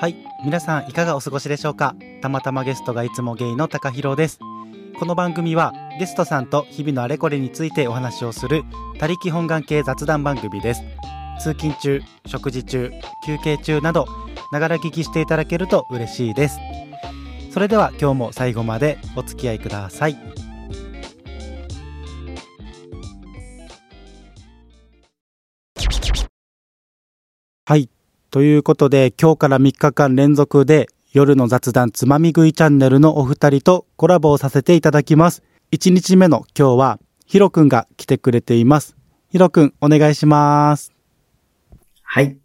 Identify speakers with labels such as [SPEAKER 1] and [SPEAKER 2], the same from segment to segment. [SPEAKER 1] はい皆さんいかがお過ごしでしょうかたまたまゲストがいつもゲイの高博ですこの番組はゲストさんと日々のあれこれについてお話をする他力本願系雑談番組です通勤中食事中休憩中などながら聞きしていただけると嬉しいですそれでは今日も最後までお付き合いくださいはいということで今日から3日間連続で夜の雑談つまみ食いチャンネルのお二人とコラボをさせていただきます1日目の今日はヒロくんが来てくれていますヒロくんお願いします
[SPEAKER 2] はい。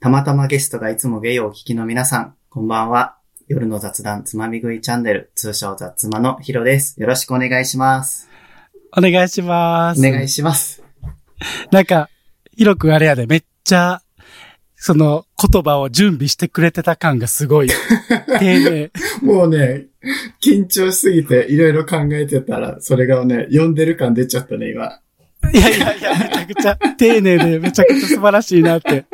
[SPEAKER 2] たまたまゲストがいつもゲイをお聞きの皆さん、こんばんは。夜の雑談つまみ食いチャンネル、通称雑妻のヒロです。よろしくお願いします。
[SPEAKER 1] お願いしま
[SPEAKER 2] お願いします。
[SPEAKER 1] なんか、ヒロ君あれやで、めっちゃ、その言葉を準備してくれてた感がす ごい。丁寧。
[SPEAKER 2] もうね、緊張しすぎていろいろ考えてたら、それがね、読んでる感出ちゃったね、今。
[SPEAKER 1] いやいやいや、めちゃくちゃ丁寧で、めちゃくちゃ素晴らしいなって、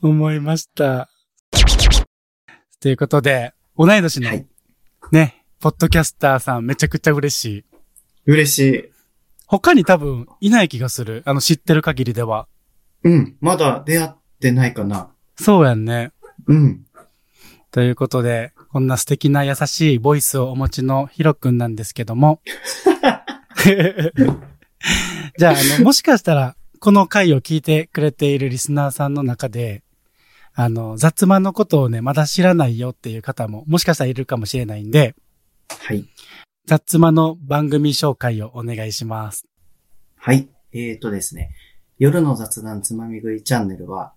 [SPEAKER 1] 思いました。ということで、同い年の、
[SPEAKER 2] はい
[SPEAKER 1] ね、ポッドキャスターさんめちゃくちゃ嬉しい。
[SPEAKER 2] 嬉しい。
[SPEAKER 1] 他に多分いない気がする。あの、知ってる限りでは。
[SPEAKER 2] うん。まだ出会ってないかな。
[SPEAKER 1] そうやんね。
[SPEAKER 2] うん。
[SPEAKER 1] ということで、こんな素敵な優しいボイスをお持ちのヒロくんなんですけども。 じゃあ、あの、もしかしたら、この回を聞いてくれているリスナーさんの中で、あの、雑魔のことをね、まだ知らないよっていう方も、もしかしたらいるかもしれないんで、
[SPEAKER 2] はい。
[SPEAKER 1] 雑魔の番組紹介をお願いします。
[SPEAKER 2] はい。えーとですね。夜の雑談つまみ食いチャンネルは、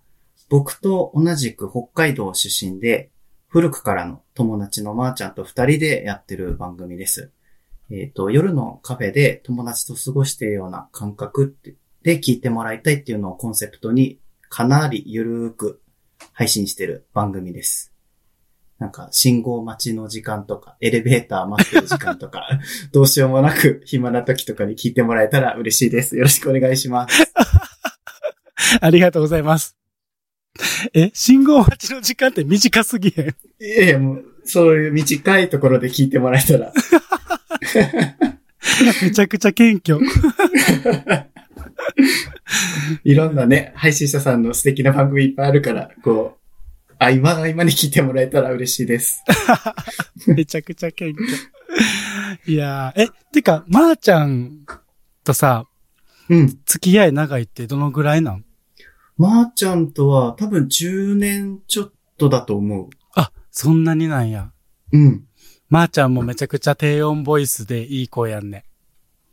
[SPEAKER 2] 僕と同じく北海道出身で、古くからの友達のまーちゃんと二人でやってる番組です。えっ、と、夜のカフェで友達と過ごしているような感覚ってで聞いてもらいたいっていうのをコンセプトに、かなりゆるーく配信してる番組です。なんか、信号待ちの時間とか、エレベーター待ってる時間とか、どうしようもなく暇な時とかに聞いてもらえたら嬉しいです。よろしくお願いします。
[SPEAKER 1] ありがとうございます。え、信号待ちの時間って短すぎへん。
[SPEAKER 2] いやいや、もう、そういう短いところで聞いてもらえたら。
[SPEAKER 1] めちゃくちゃ謙虚。
[SPEAKER 2] いろんなね、配信者さんの素敵な番組いっぱいあるから、こう、合間合間に聞いてもらえたら嬉しいです。
[SPEAKER 1] めちゃくちゃ謙虚。いやー、え、てか、まー、ちゃんとさ、
[SPEAKER 2] うん。
[SPEAKER 1] 付き合い長いってどのぐらいなん
[SPEAKER 2] まー、ちゃんとは多分10年ちょっとだと思う。
[SPEAKER 1] あ、そんなになんや。
[SPEAKER 2] うん。
[SPEAKER 1] まー、ちゃんもめちゃくちゃ低音ボイスでいい子やんね。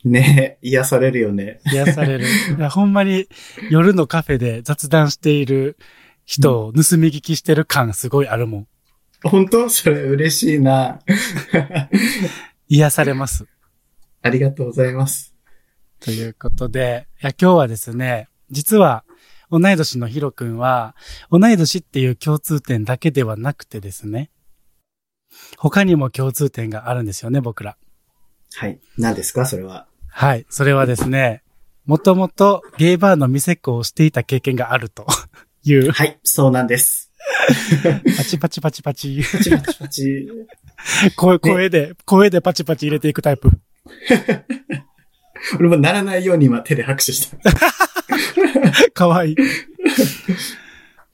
[SPEAKER 2] ねえ、癒されるよね。
[SPEAKER 1] 癒さ れる。いや、ほんまに夜のカフェで雑談している人を盗み聞きしてる感すごいあるもん。
[SPEAKER 2] 本当それ嬉しいな。
[SPEAKER 1] 癒されます。
[SPEAKER 2] ありがとうございます。
[SPEAKER 1] ということで、いや、今日はですね、実は、同い年のヒロ君は、同い年っていう共通点だけではなくてですね、他にも共通点があるんですよね、僕ら。
[SPEAKER 2] はい。何ですかそれは。
[SPEAKER 1] はい。それはですね、もともとゲイバーの店子をしていた経験があるという、
[SPEAKER 2] はい、そうなんです。
[SPEAKER 1] パチパチパチパチ、
[SPEAKER 2] パチパチパチ。
[SPEAKER 1] 声、声で、声でパチパチ入れていくタイプ。
[SPEAKER 2] 俺もならないように今手で拍手した。
[SPEAKER 1] かわいい。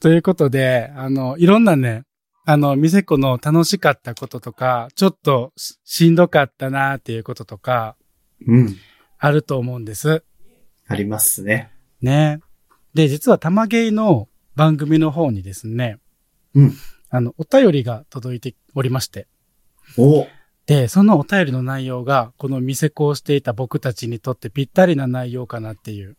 [SPEAKER 1] ということで、あの、いろんなね、あの、店子の楽しかったこととか、ちょっとししんどかったなっていうこととか、
[SPEAKER 2] うん。
[SPEAKER 1] あると思うんです。
[SPEAKER 2] ありますね。
[SPEAKER 1] ね。で、実は玉芸の番組の方にですね、
[SPEAKER 2] うん。
[SPEAKER 1] あの、お便りが届いておりまして、
[SPEAKER 2] お
[SPEAKER 1] で、そのお便りの内容が、この店子をしていた僕たちにとってぴったりな内容かなっていう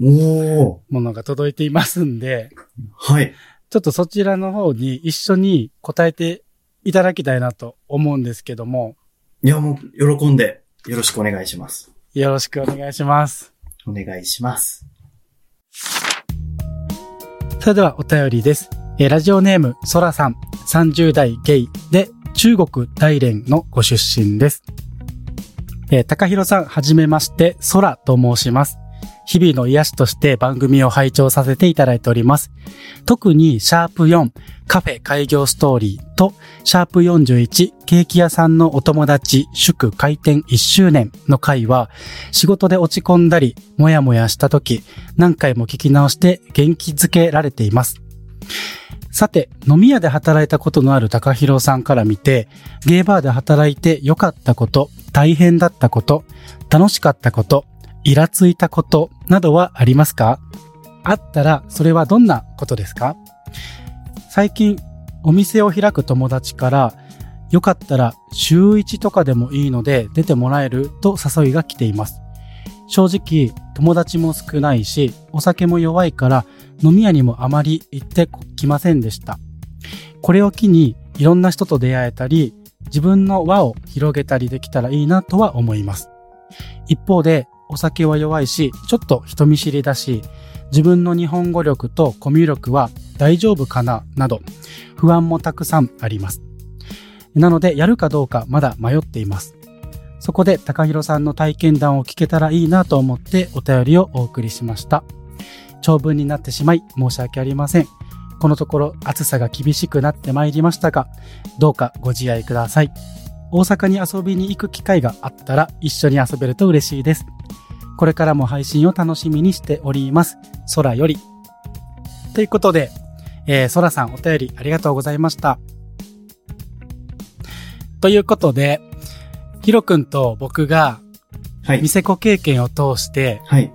[SPEAKER 2] おー
[SPEAKER 1] ものが届いていますんで、
[SPEAKER 2] はい。
[SPEAKER 1] ちょっとそちらの方に一緒に答えていただきたいなと思うんですけども、
[SPEAKER 2] いや、もう、喜んで、よろしくお願いします。
[SPEAKER 1] よろしくお願いします。
[SPEAKER 2] お願いします。
[SPEAKER 1] それではお便りです。えーラジオネーム、そらさん、30代ゲイで、中国大連のご出身です。えー、高弘さん、はじめまして、そらと申します。日々の癒しとして番組を拝聴させていただいております。特に、シャープ4、カフェ開業ストーリーと、シャープ41、ケーキ屋さんのお友達、祝開店1周年の回は、仕事で落ち込んだり、もやもやした時、何回も聞き直して元気づけられています。さて、飲み屋で働いたことのある高弘さんから見て、ゲーバーで働いて良かったこと、大変だったこと、楽しかったこと、イラついたことなどはありますかあったら、それはどんなことですか最近、お店を開く友達から、よかったら週1とかでもいいので出てもらえると誘いが来ています。正直、友達も少ないし、お酒も弱いから飲み屋にもあまり行ってきませんでした。これを機にいろんな人と出会えたり、自分の輪を広げたりできたらいいなとは思います。一方で、お酒は弱いし、ちょっと人見知りだし、自分の日本語力とコミュ力は大丈夫かななど、不安もたくさんあります。なので、やるかどうかまだ迷っています。そこで、高弘さんの体験談を聞けたらいいなと思ってお便りをお送りしました。長文になってしまい、申し訳ありません。このところ暑さが厳しくなってまいりましたが、どうかご自愛ください。大阪に遊びに行く機会があったら一緒に遊べると嬉しいです。これからも配信を楽しみにしております。空より。ということで、えー、空さんお便りありがとうございました。ということで、ヒロ君と僕が
[SPEAKER 2] はい。
[SPEAKER 1] 店子経験を通して
[SPEAKER 2] はい。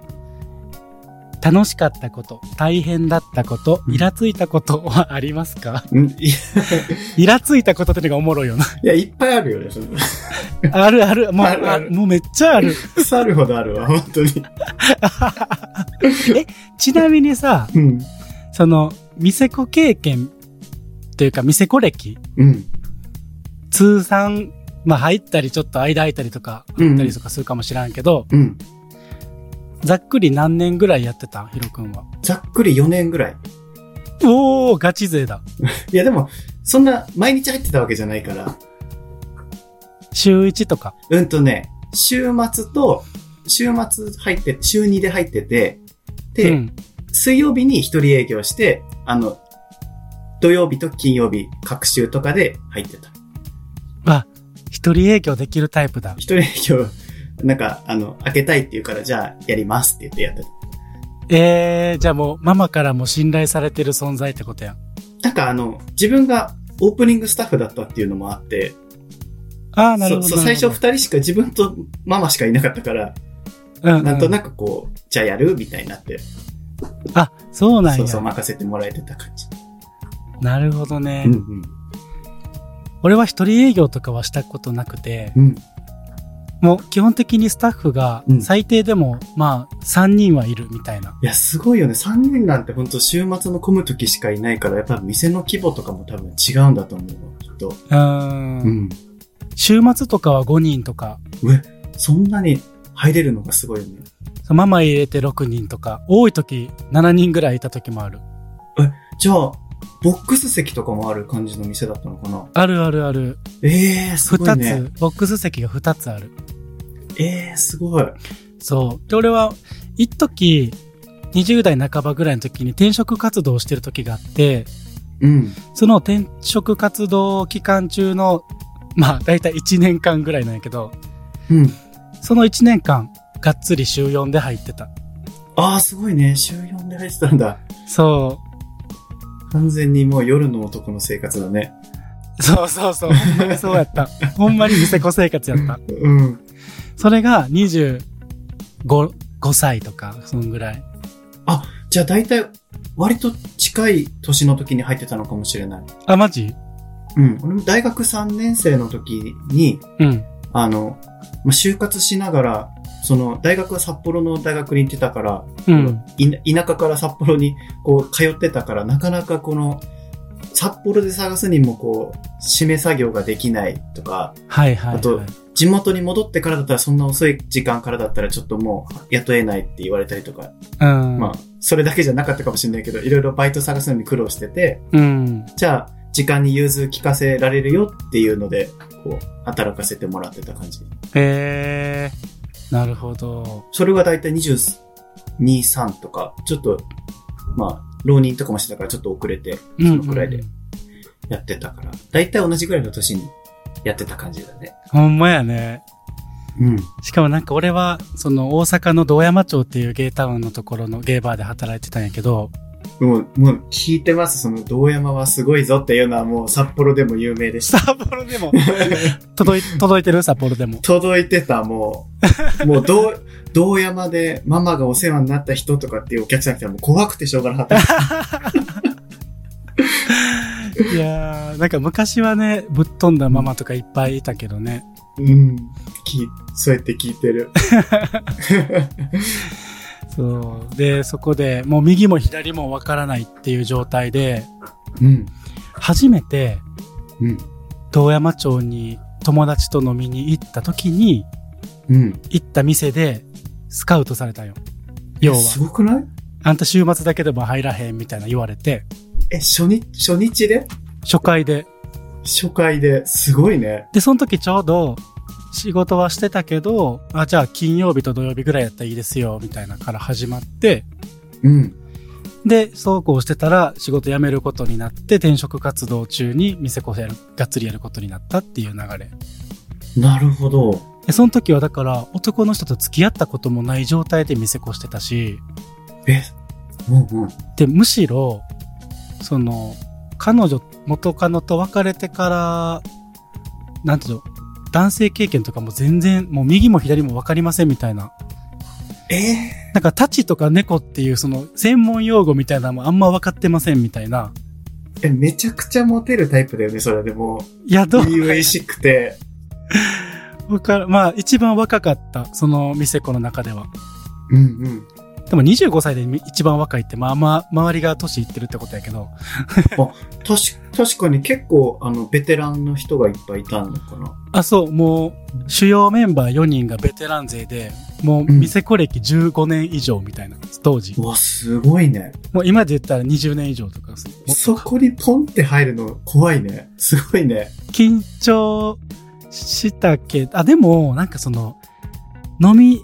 [SPEAKER 1] 楽しかったこと、大変だったこと、
[SPEAKER 2] うん
[SPEAKER 1] イラついたことはありますか
[SPEAKER 2] うんい
[SPEAKER 1] イラついたことってのがおもろい よな。
[SPEAKER 2] や、いっぱいあるよね。 その
[SPEAKER 1] あるある、もう、
[SPEAKER 2] あるあ
[SPEAKER 1] あ
[SPEAKER 2] る
[SPEAKER 1] もうめっちゃ ある。
[SPEAKER 2] 腐るほどあるわ、本当に。
[SPEAKER 1] ちなみにさ、
[SPEAKER 2] うん。
[SPEAKER 1] その、店子経験というか、店子歴、
[SPEAKER 2] うん。
[SPEAKER 1] 通算、まあ入ったりちょっと間空いたりとか、あったりとかするかもしらんけど、
[SPEAKER 2] うん。
[SPEAKER 1] ざっくり何年ぐらいやってたヒロ君は。
[SPEAKER 2] ざっくり4年ぐらい。
[SPEAKER 1] おー、ガチ勢だ。
[SPEAKER 2] いや、でも、そんな、毎日入ってたわけじゃないから。
[SPEAKER 1] 週1とか。
[SPEAKER 2] うんとね、週末と、週末入って、週2で入ってて、で、
[SPEAKER 1] うん。
[SPEAKER 2] 水曜日に一人営業して、あの、土曜日と金曜日、各週とかで入ってた。
[SPEAKER 1] あ、一人営業できるタイプだ。
[SPEAKER 2] 一人営業、なんか、あの、開けたいって言うから、じゃあ、やりますって言ってやってた。
[SPEAKER 1] えー、じゃあもうママからも信頼されてる存在ってことやん。
[SPEAKER 2] なんか、あの、自分がオープニングスタッフだったっていうのもあって、
[SPEAKER 1] あー、なるほど。
[SPEAKER 2] そうそ
[SPEAKER 1] な
[SPEAKER 2] う最
[SPEAKER 1] るほ
[SPEAKER 2] 初
[SPEAKER 1] ど
[SPEAKER 2] 二、人しか自分とママしかいなかったから、
[SPEAKER 1] うんうん、
[SPEAKER 2] なんとなくこう、じゃあやるみたいになって、
[SPEAKER 1] あ、そうなんや。
[SPEAKER 2] そうそう、任せてもらえてた感じ。
[SPEAKER 1] なるほどね。
[SPEAKER 2] うんうん。
[SPEAKER 1] 俺は一人営業とかはしたことなくて、
[SPEAKER 2] うん。
[SPEAKER 1] もう基本的にスタッフが
[SPEAKER 2] うん
[SPEAKER 1] 最低でも、まあ3人はいるみたいな。
[SPEAKER 2] いや、すごいよね。3人なんて本当週末の混む時しかいないから、やっぱ店の規模とかも多分違うんだと思うわきっと。
[SPEAKER 1] うーん,、
[SPEAKER 2] うん。
[SPEAKER 1] 週末とかは5人とか、
[SPEAKER 2] そんなに入れるのがすごいよね。
[SPEAKER 1] そうママ入れて6人とか、多い時7人ぐらいいた時もある。
[SPEAKER 2] じゃあ、ボックス席とかもある感じの店だったのかな
[SPEAKER 1] あるあるある。
[SPEAKER 2] ええー、すご
[SPEAKER 1] 2
[SPEAKER 2] い
[SPEAKER 1] つ、
[SPEAKER 2] ね。
[SPEAKER 1] ボックス席が2つある。
[SPEAKER 2] ええー、すごい。
[SPEAKER 1] そう。で、俺は、一時、20代半ばぐらいの時に転職活動をしてる時があって、
[SPEAKER 2] うん。
[SPEAKER 1] その転職活動期間中の、まあ、だいたい1年間ぐらいなんやけど、
[SPEAKER 2] うん。
[SPEAKER 1] その1年間、がっつり週4で入ってた。
[SPEAKER 2] ああ、すごいね。週4で入ってたんだ。
[SPEAKER 1] そ
[SPEAKER 2] 完全にもう夜の男の生活だね。
[SPEAKER 1] う。そうそうそう。ほんまにそうや った。ほんまに店子生活やった。
[SPEAKER 2] うん。
[SPEAKER 1] それが25、5歳とか、そんぐらい。
[SPEAKER 2] じゃあ大体、割と近い年の時に入ってたのかもしれない。
[SPEAKER 1] あ、マジ
[SPEAKER 2] うん。俺も大学3年生の時に、
[SPEAKER 1] うん。
[SPEAKER 2] あの、まあ、就活しながら、その、大学は札幌の大学に行ってたから、
[SPEAKER 1] うん。
[SPEAKER 2] い田舎から札幌にこう通ってたから、なかなかこの、札幌で探すにもこう、締め作業ができないとか、
[SPEAKER 1] はいはい、はい。
[SPEAKER 2] あと地元に戻ってからだったらそんな遅い時間からだったらちょっともう雇えないって言われたりとか、
[SPEAKER 1] うん。
[SPEAKER 2] まあ、それだけじゃなかったかもしれないけど、いろいろバイト探すのに苦労してて、
[SPEAKER 1] うん。
[SPEAKER 2] じゃあ、時間に融通聞かせられるよっていうので、こう、働かせてもらってた感じ。
[SPEAKER 1] へえー。なるほど。
[SPEAKER 2] それが大体20 23とか、ちょっと、まあ、浪人とかもしてたからちょっと遅れて、そのくらいでやってたから、だいたい同じぐらいの年にやってた感じだね。
[SPEAKER 1] ほんまやね。
[SPEAKER 2] うん。
[SPEAKER 1] しかもなんか俺は、その大阪の堂山町っていうゲイタウンのところのゲイバーで働いてたんやけ ど、
[SPEAKER 2] もう、もう聞いてます。その、道山はすごいぞっていうのはもう札幌でも有名でした。
[SPEAKER 1] 札幌でも、 届い、届いてる札幌でも。
[SPEAKER 2] 届いてた、もう。もう、道、道山でママがお世話になった人とかっていうお客さん来たらもう怖くてしょうがなかった。
[SPEAKER 1] いやー、なんか昔はね、ぶっ飛んだママとかいっぱいいたけどね。
[SPEAKER 2] うん。き、そうやって聞いてる。
[SPEAKER 1] そう。で、そこでもう右も左もわからないっていう状態で、
[SPEAKER 2] うん。
[SPEAKER 1] 初めて
[SPEAKER 2] うん。
[SPEAKER 1] 堂山町に友達と飲みに行った時に、
[SPEAKER 2] うん。
[SPEAKER 1] 行った店でスカウトされたよ。要は
[SPEAKER 2] え、すごくない
[SPEAKER 1] あんた週末だけでも入らへんみたいな言われて、
[SPEAKER 2] え、初日、初日で
[SPEAKER 1] 初回で。
[SPEAKER 2] 初回で。すごいね。
[SPEAKER 1] で、その時ちょうど仕事はしてたけど、あ、じゃあ金曜日と土曜日ぐらいやったらいいですよ、みたいなから始まって、
[SPEAKER 2] うん。
[SPEAKER 1] で、そうこうしてたら仕事辞めることになって、転職活動中に店こうやる、がっつりやることになったっていう流れ。
[SPEAKER 2] なるほど。
[SPEAKER 1] で、その時はだから男の人と付き合ったこともない状態で店こしてたし、
[SPEAKER 2] え、うんうん。
[SPEAKER 1] で、むしろ、その、彼女、元カノと別れてから、なんていうの、男性経験とかも全然、もう右も左も分かりませんみたいな。
[SPEAKER 2] え
[SPEAKER 1] なんか、タチとか猫っていう、その、専門用語みたいなのもあんま分かってませんみたいな。
[SPEAKER 2] ーえ、めちゃくちゃモテるタイプだよね、それでも
[SPEAKER 1] いや、
[SPEAKER 2] う。
[SPEAKER 1] どう
[SPEAKER 2] 初々しくて。
[SPEAKER 1] わからまあ、一番若かった、その、店子の中では。
[SPEAKER 2] うんうん。
[SPEAKER 1] でも25歳で一番若いって、まあまあ、周りが年いってるってことやけど、
[SPEAKER 2] 確確かに結構、あの、ベテランの人がいっぱいいたのかな。
[SPEAKER 1] あ、そう、もう、主要メンバー4人がベテラン勢で、もう、
[SPEAKER 2] ん
[SPEAKER 1] 店子歴15年以上みたいな、当時。
[SPEAKER 2] うわ、すごいね。
[SPEAKER 1] もう今で言ったら20年以上とか、そもっ
[SPEAKER 2] そ
[SPEAKER 1] とか
[SPEAKER 2] こにポンって入るの怖いね。すごいね。
[SPEAKER 1] 緊張したけど、あ、でも、なんかその、飲み、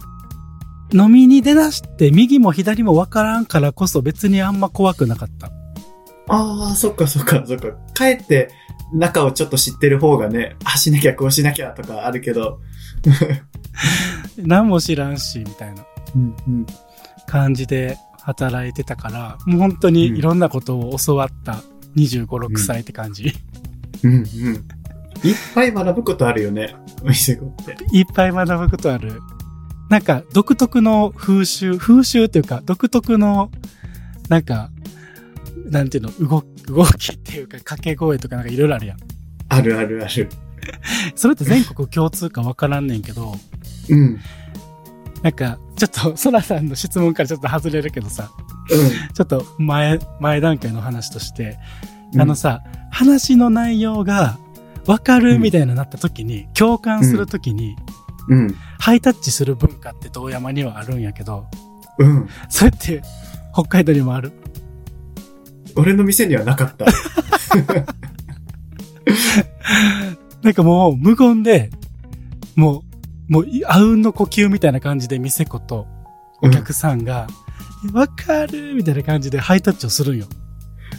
[SPEAKER 1] 飲みに出だして右も左もわからんからこそ別にあんま怖くなかった。
[SPEAKER 2] ああ、そっかそっかそっか。かえって中をちょっと知ってる方がね、あ、しなきゃこうしなきゃとかあるけど。
[SPEAKER 1] 何も知らんし、みたいな
[SPEAKER 2] うんうん。
[SPEAKER 1] 感じで働いてたから、もう本当にいろんなことを教わった25、6歳って感じ。
[SPEAKER 2] うんうん。いっぱい学ぶことあるよね。お店子って。
[SPEAKER 1] いっぱい学ぶことある。なんか、独特の風習、風習というか、独特の、なんか、なんていうの、動き、動きっていうか、掛け声とかなんかいろいろあるやん。
[SPEAKER 2] あるあるある。
[SPEAKER 1] それって全国共通かわからんねんけど、
[SPEAKER 2] うん。うん。
[SPEAKER 1] なんか、ちょっと、ソラさんの質問からちょっと外れるけどさ、ちょっと前、前段階の話として、
[SPEAKER 2] うん
[SPEAKER 1] あのさ、話の内容が、わかるみたいなのになった時に、共感する時に、
[SPEAKER 2] うん。
[SPEAKER 1] ハイタッチする文化って遠山にはあるんやけど、
[SPEAKER 2] うん。
[SPEAKER 1] それって、北海道にもある。
[SPEAKER 2] 俺の店にはなかった。
[SPEAKER 1] なんかもう、無言で、もう、もう、いあうんの呼吸みたいな感じで、店子とお客さんが、わ、かるみたいな感じでハイタッチをするんよ。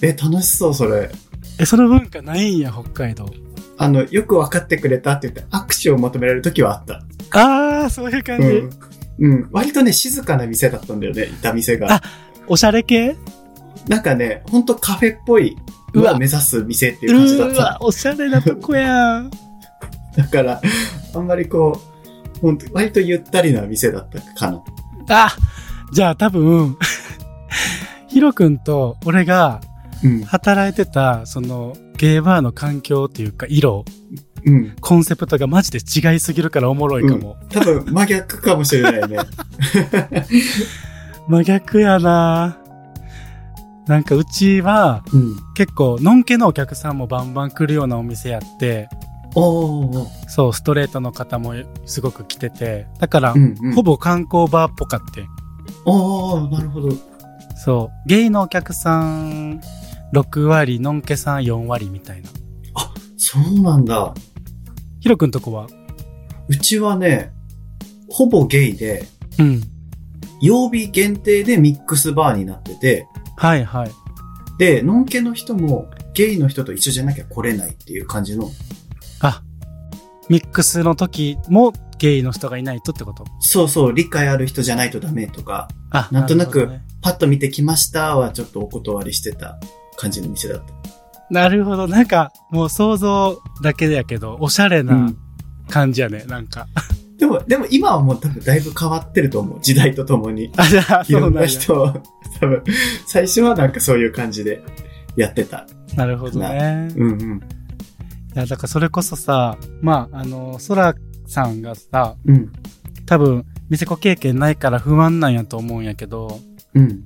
[SPEAKER 2] え、楽しそう、それ。
[SPEAKER 1] え、その文化ないんや、北海道。
[SPEAKER 2] あの、よく分かってくれたって言って握手を求められる時はあった。
[SPEAKER 1] あー、そういう感
[SPEAKER 2] う
[SPEAKER 1] じ。
[SPEAKER 2] ん。うん。割とね、静かな店だったんだよね、いた店が。
[SPEAKER 1] あおしゃれ系
[SPEAKER 2] なんかね、ほんとカフェっぽい、
[SPEAKER 1] う
[SPEAKER 2] う
[SPEAKER 1] わ
[SPEAKER 2] わ、目指す店っていう
[SPEAKER 1] う
[SPEAKER 2] 感じだっ
[SPEAKER 1] ーわ
[SPEAKER 2] た。、
[SPEAKER 1] おしゃれなとこやん。
[SPEAKER 2] だから、あんまりこう、ほんと、割とゆったりな店だったかな。
[SPEAKER 1] あ、じゃあ多分、 ヒロ君と俺が
[SPEAKER 2] うん。
[SPEAKER 1] 働いてた、その、ゲーバーの環境っていうか、色、
[SPEAKER 2] うん。
[SPEAKER 1] コンセプトがマジで違いすぎるからおもろいかも。
[SPEAKER 2] 多分、真逆かもしれないね。
[SPEAKER 1] 真逆やななんかうちは
[SPEAKER 2] うん。
[SPEAKER 1] 結構、のんけのお客さんもバンバン来るようなお店やって、
[SPEAKER 2] おーおー。
[SPEAKER 1] そう、ストレートの方もすごく来てて、だから、
[SPEAKER 2] うん、うん。
[SPEAKER 1] ほ。ぼ観光バーっぽかって。
[SPEAKER 2] おーおー、なるほど。
[SPEAKER 1] そう、ゲイのお客さん6割、のんけさん4割みたいな。
[SPEAKER 2] そうなんだ。
[SPEAKER 1] ヒロくんとこは
[SPEAKER 2] うちはね、ほぼゲイで、
[SPEAKER 1] うん。
[SPEAKER 2] 曜日限定でミックスバーになってて、
[SPEAKER 1] はいはい。
[SPEAKER 2] で、ノンケの人もゲイの人と一緒じゃなきゃ来れないっていう感じの、
[SPEAKER 1] あ、ミックスの時もゲイの人がいないとってこと
[SPEAKER 2] そうそう、理解ある人じゃないとダメとか、
[SPEAKER 1] あ、
[SPEAKER 2] なんとなく
[SPEAKER 1] るほどね
[SPEAKER 2] パッと見てきましたはちょっとお断りしてた感じの店だった。
[SPEAKER 1] なるほど。なんか、もう想像だけやけど、おしゃれな感じやね、なんか。
[SPEAKER 2] でも、でも今はもう多分だいぶ変わってると思う。時代とともに。
[SPEAKER 1] あ、じゃあ、
[SPEAKER 2] い
[SPEAKER 1] そ
[SPEAKER 2] ろ
[SPEAKER 1] うんなん
[SPEAKER 2] な
[SPEAKER 1] や
[SPEAKER 2] 人を、多分、最初はなんかそういう感じでやってた。
[SPEAKER 1] なるほどね。
[SPEAKER 2] うんうん。
[SPEAKER 1] いや、だからそれこそさ、まあ、あの、ソラさんがさ、
[SPEAKER 2] うん。
[SPEAKER 1] 多分、店子経験ないから不安なんやと思うんやけど、
[SPEAKER 2] うん。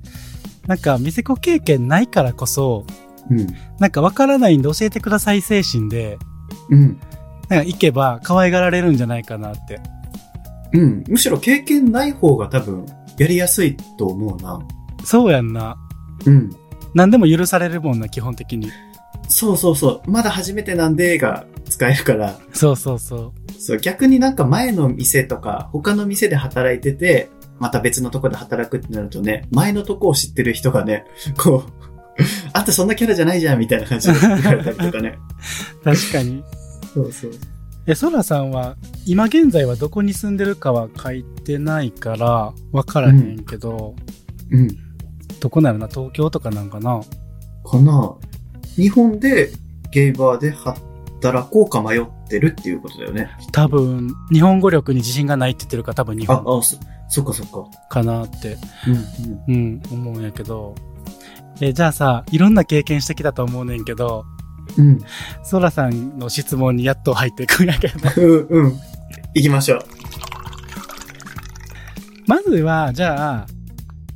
[SPEAKER 1] なんか、店子経験ないからこそ、
[SPEAKER 2] うん。
[SPEAKER 1] なんかわからないんで教えてください精神で、
[SPEAKER 2] うん。
[SPEAKER 1] なんか行けば可愛がられるんじゃないかなって。
[SPEAKER 2] うん。むしろ経験ない方が多分、やりやすいと思うな。
[SPEAKER 1] そうやんな。
[SPEAKER 2] うん。
[SPEAKER 1] 何でも許されるもんな、基本的に。
[SPEAKER 2] そうそうそう。まだ初めてなんでが使えるから、
[SPEAKER 1] そうそうそう。
[SPEAKER 2] そう、逆になんか前の店とか、他の店で働いてて、また別のとこで働くってなるとね、前のとこを知ってる人がね、こう、あんたそんなキャラじゃないじゃんみたいな感じで言われたりとかね。
[SPEAKER 1] 確かに。
[SPEAKER 2] そうそう。
[SPEAKER 1] え、ソラさんは、今現在はどこに住んでるかは書いてないから、わからへんけど、
[SPEAKER 2] うん。
[SPEAKER 1] どこなるな、東京とかなんかな。
[SPEAKER 2] かな日本でゲイバーで働こうか迷ってるっていうことだよね。
[SPEAKER 1] 多分、日本語力に自信がないって言ってるから、多分日
[SPEAKER 2] あ、
[SPEAKER 1] 本
[SPEAKER 2] あ、そ、そっかそっか。
[SPEAKER 1] かなって、
[SPEAKER 2] うん、
[SPEAKER 1] うん、思うんやけど。え、じゃあさ、いろんな経験してきたと思うねんけど、
[SPEAKER 2] うん。うん。
[SPEAKER 1] ソラさんの質問にやっと入っていくんやけど。
[SPEAKER 2] うん、うん。行きましょう。
[SPEAKER 1] まずは、じゃあ、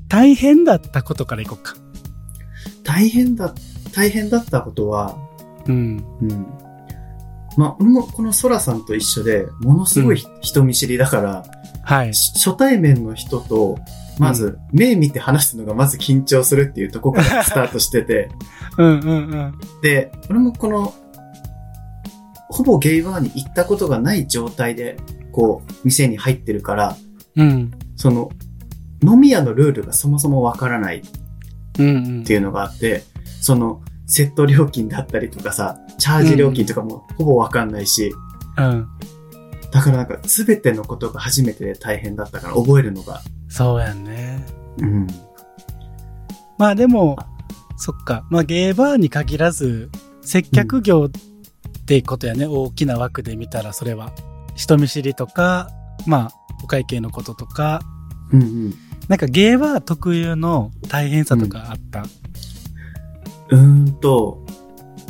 [SPEAKER 1] 大変だったことからいこうか。
[SPEAKER 2] 大変だ、大変だったことは、
[SPEAKER 1] うん。
[SPEAKER 2] うん。まあ、もうこのソラさんと一緒で、ものすごいひ人見知りだから、
[SPEAKER 1] はい。
[SPEAKER 2] し初対面の人と、まず、目見て話すのがまず緊張するっていうとこからスタートしてて、
[SPEAKER 1] うんうんうん。
[SPEAKER 2] で、俺もこの、ほぼゲイバーに行ったことがない状態で、こう、店に入ってるから、
[SPEAKER 1] うん。
[SPEAKER 2] その、飲み屋のルールがそもそもわからないっ
[SPEAKER 1] うんうん
[SPEAKER 2] て。いうのがあって、その、セット料金だったりとかさ、チャージ料金とかもほぼわかんないし、
[SPEAKER 1] うん。
[SPEAKER 2] だからなんか全てのことが初めてで大変だったから覚えるのが。
[SPEAKER 1] そうやんね。
[SPEAKER 2] うん。
[SPEAKER 1] まあでも、そっか。まあゲーバーに限らず、接客業ってことやね。大きな枠で見たらそれは。人見知りとか、まあ、お会計のこととか、
[SPEAKER 2] うんうん。
[SPEAKER 1] なんかゲーバー特有の大変さとかあった。
[SPEAKER 2] うーんと、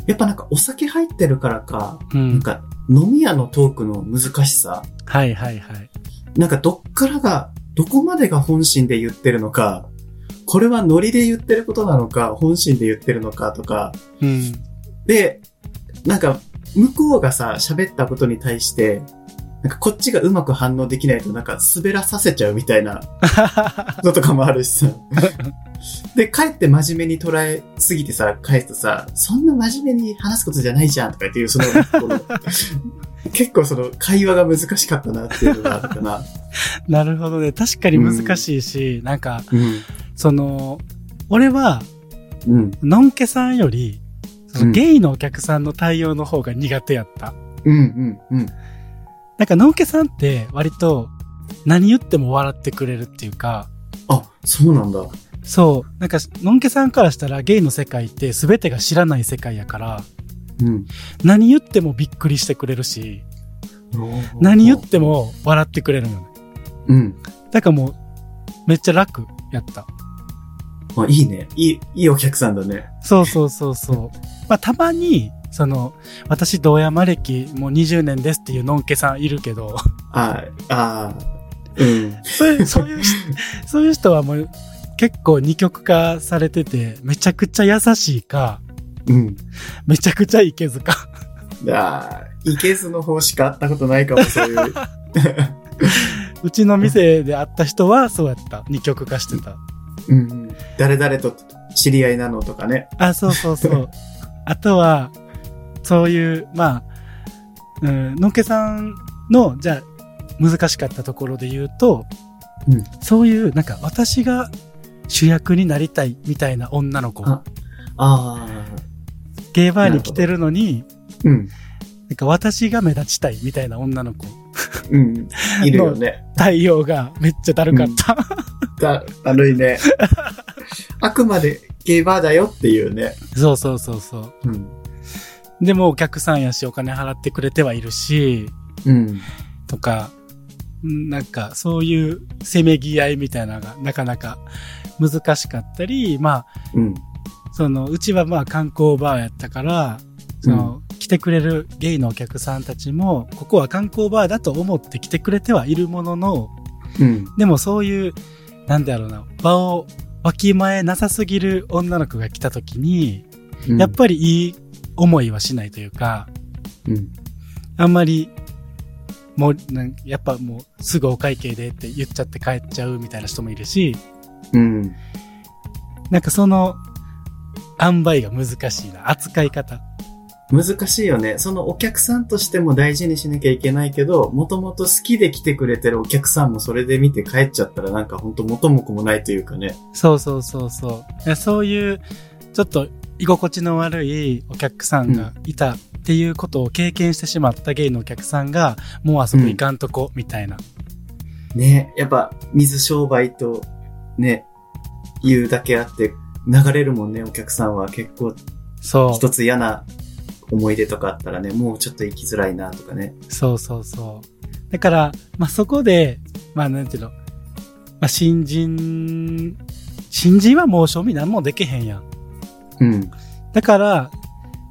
[SPEAKER 2] やっぱなんかお酒入ってるからか、
[SPEAKER 1] うん。
[SPEAKER 2] なんか飲み屋のトークの難しさ、
[SPEAKER 1] はいはいはい。
[SPEAKER 2] なんかどっからが、どこまでが本心で言ってるのか、これはノリで言ってることなのか、本心で言ってるのかとか、
[SPEAKER 1] うん。
[SPEAKER 2] で、なんか向こうがさ、喋ったことに対して、なんかこっちがうまく反応できないとなんか滑らさせちゃうみたい なのとかもあるしさ。で、帰って真面目に捉えすぎてさ、帰すとさ、そんな真面目に話すことじゃないじゃんとか言っていう、その、 この結構その会話が難しかったなっていうのがあるかな。
[SPEAKER 1] なるほどね。確かに難しいし、なんか、
[SPEAKER 2] うん。
[SPEAKER 1] その、俺は、
[SPEAKER 2] うん。
[SPEAKER 1] のんけさんより、そうの
[SPEAKER 2] ん
[SPEAKER 1] ゲイのお客さんの対応の方が苦手やった。
[SPEAKER 2] うんうんうん。
[SPEAKER 1] なんか、のんけさんって、割と、何言っても笑ってくれるっていうか、
[SPEAKER 2] あ、そうなんだ。
[SPEAKER 1] そう、なんか、のんけさんからしたら、ゲイの世界って全てが知らない世界やから、
[SPEAKER 2] うん。
[SPEAKER 1] 何言ってもびっくりしてくれるし、何言っても笑ってくれるのね。
[SPEAKER 2] うん。
[SPEAKER 1] だからもう、めっちゃ楽やった。
[SPEAKER 2] あ、いいね。いい、いいお客さんだね。
[SPEAKER 1] そうそうそう そう。まあ、たまに、その、私、堂山歴もう20年ですっていうのんけさんいるけど、
[SPEAKER 2] ああ、うん。
[SPEAKER 1] そう いう、そういう人、そういう人はもう結構二極化されてて、めちゃくちゃ優しいか、
[SPEAKER 2] うん。
[SPEAKER 1] めちゃくちゃいけずか。
[SPEAKER 2] ああ、いけずの方しか会ったことないかも、そういう。
[SPEAKER 1] うちの店で会った人はそうやった。二極化してた。
[SPEAKER 2] うんうん。誰々と知り合いなのとかね。
[SPEAKER 1] あ、そうそうそう。 あとは、そういう、まあ、うん、のんけさんの、じゃあ、難しかったところで言うと、
[SPEAKER 2] うん
[SPEAKER 1] そういうなんか私が主役になりたいみたいな女の子
[SPEAKER 2] あああ、
[SPEAKER 1] ゲーバーに来てるのに
[SPEAKER 2] うん。
[SPEAKER 1] なんか私が目立ちたいみたいな女の子
[SPEAKER 2] うん。いるよね。
[SPEAKER 1] 対応がめっちゃだるかった、
[SPEAKER 2] だ、だるいね。あくまでゲーバーだよっていうね。
[SPEAKER 1] そうそうそうそう
[SPEAKER 2] うん。
[SPEAKER 1] でもお客さんやしお金払ってくれてはいるし
[SPEAKER 2] うん。
[SPEAKER 1] とかんなんかそういうせめぎ合いみたいなのがなかなか難しかったりまあ
[SPEAKER 2] うん。
[SPEAKER 1] そのうちはまあ観光バーやったからその、来てくれるゲイのお客さんたちもここは観光バーだと思って来てくれてはいるものの
[SPEAKER 2] うん。
[SPEAKER 1] でもそういうなんだろうな場をわきまえなさすぎる女の子が来た時に、
[SPEAKER 2] うん
[SPEAKER 1] やっぱりいい思いはしないというか
[SPEAKER 2] うん。
[SPEAKER 1] あんまりもうなんやっぱもうすぐお会計でって言っちゃって帰っちゃうみたいな人もいるし
[SPEAKER 2] うん。
[SPEAKER 1] なんかその塩梅が難しいな扱い方
[SPEAKER 2] 難しいよね。そのお客さんとしても大事にしなきゃいけないけど、もともと好きで来てくれてるお客さんもそれで見て帰っちゃったらなんかほんと元も子もないというかね。
[SPEAKER 1] そうそうそうそういや。そういう、ちょっと居心地の悪いお客さんがいたっていうことを経験してしまったゲイのお客さんが、もうあそこ行かんとこ、みたいな。
[SPEAKER 2] ね。やっぱ水商売とね、言うだけあって流れるもんね、お客さんは結構
[SPEAKER 1] そ
[SPEAKER 2] 一つ嫌な思い出とかあったらね、もうちょっと行きづらいなとかね。
[SPEAKER 1] う、そうそうそう。だから、まあそこで、まあなんていうの、まあ新人、新人はもう賞味何もできへんやん。
[SPEAKER 2] うん。
[SPEAKER 1] だから、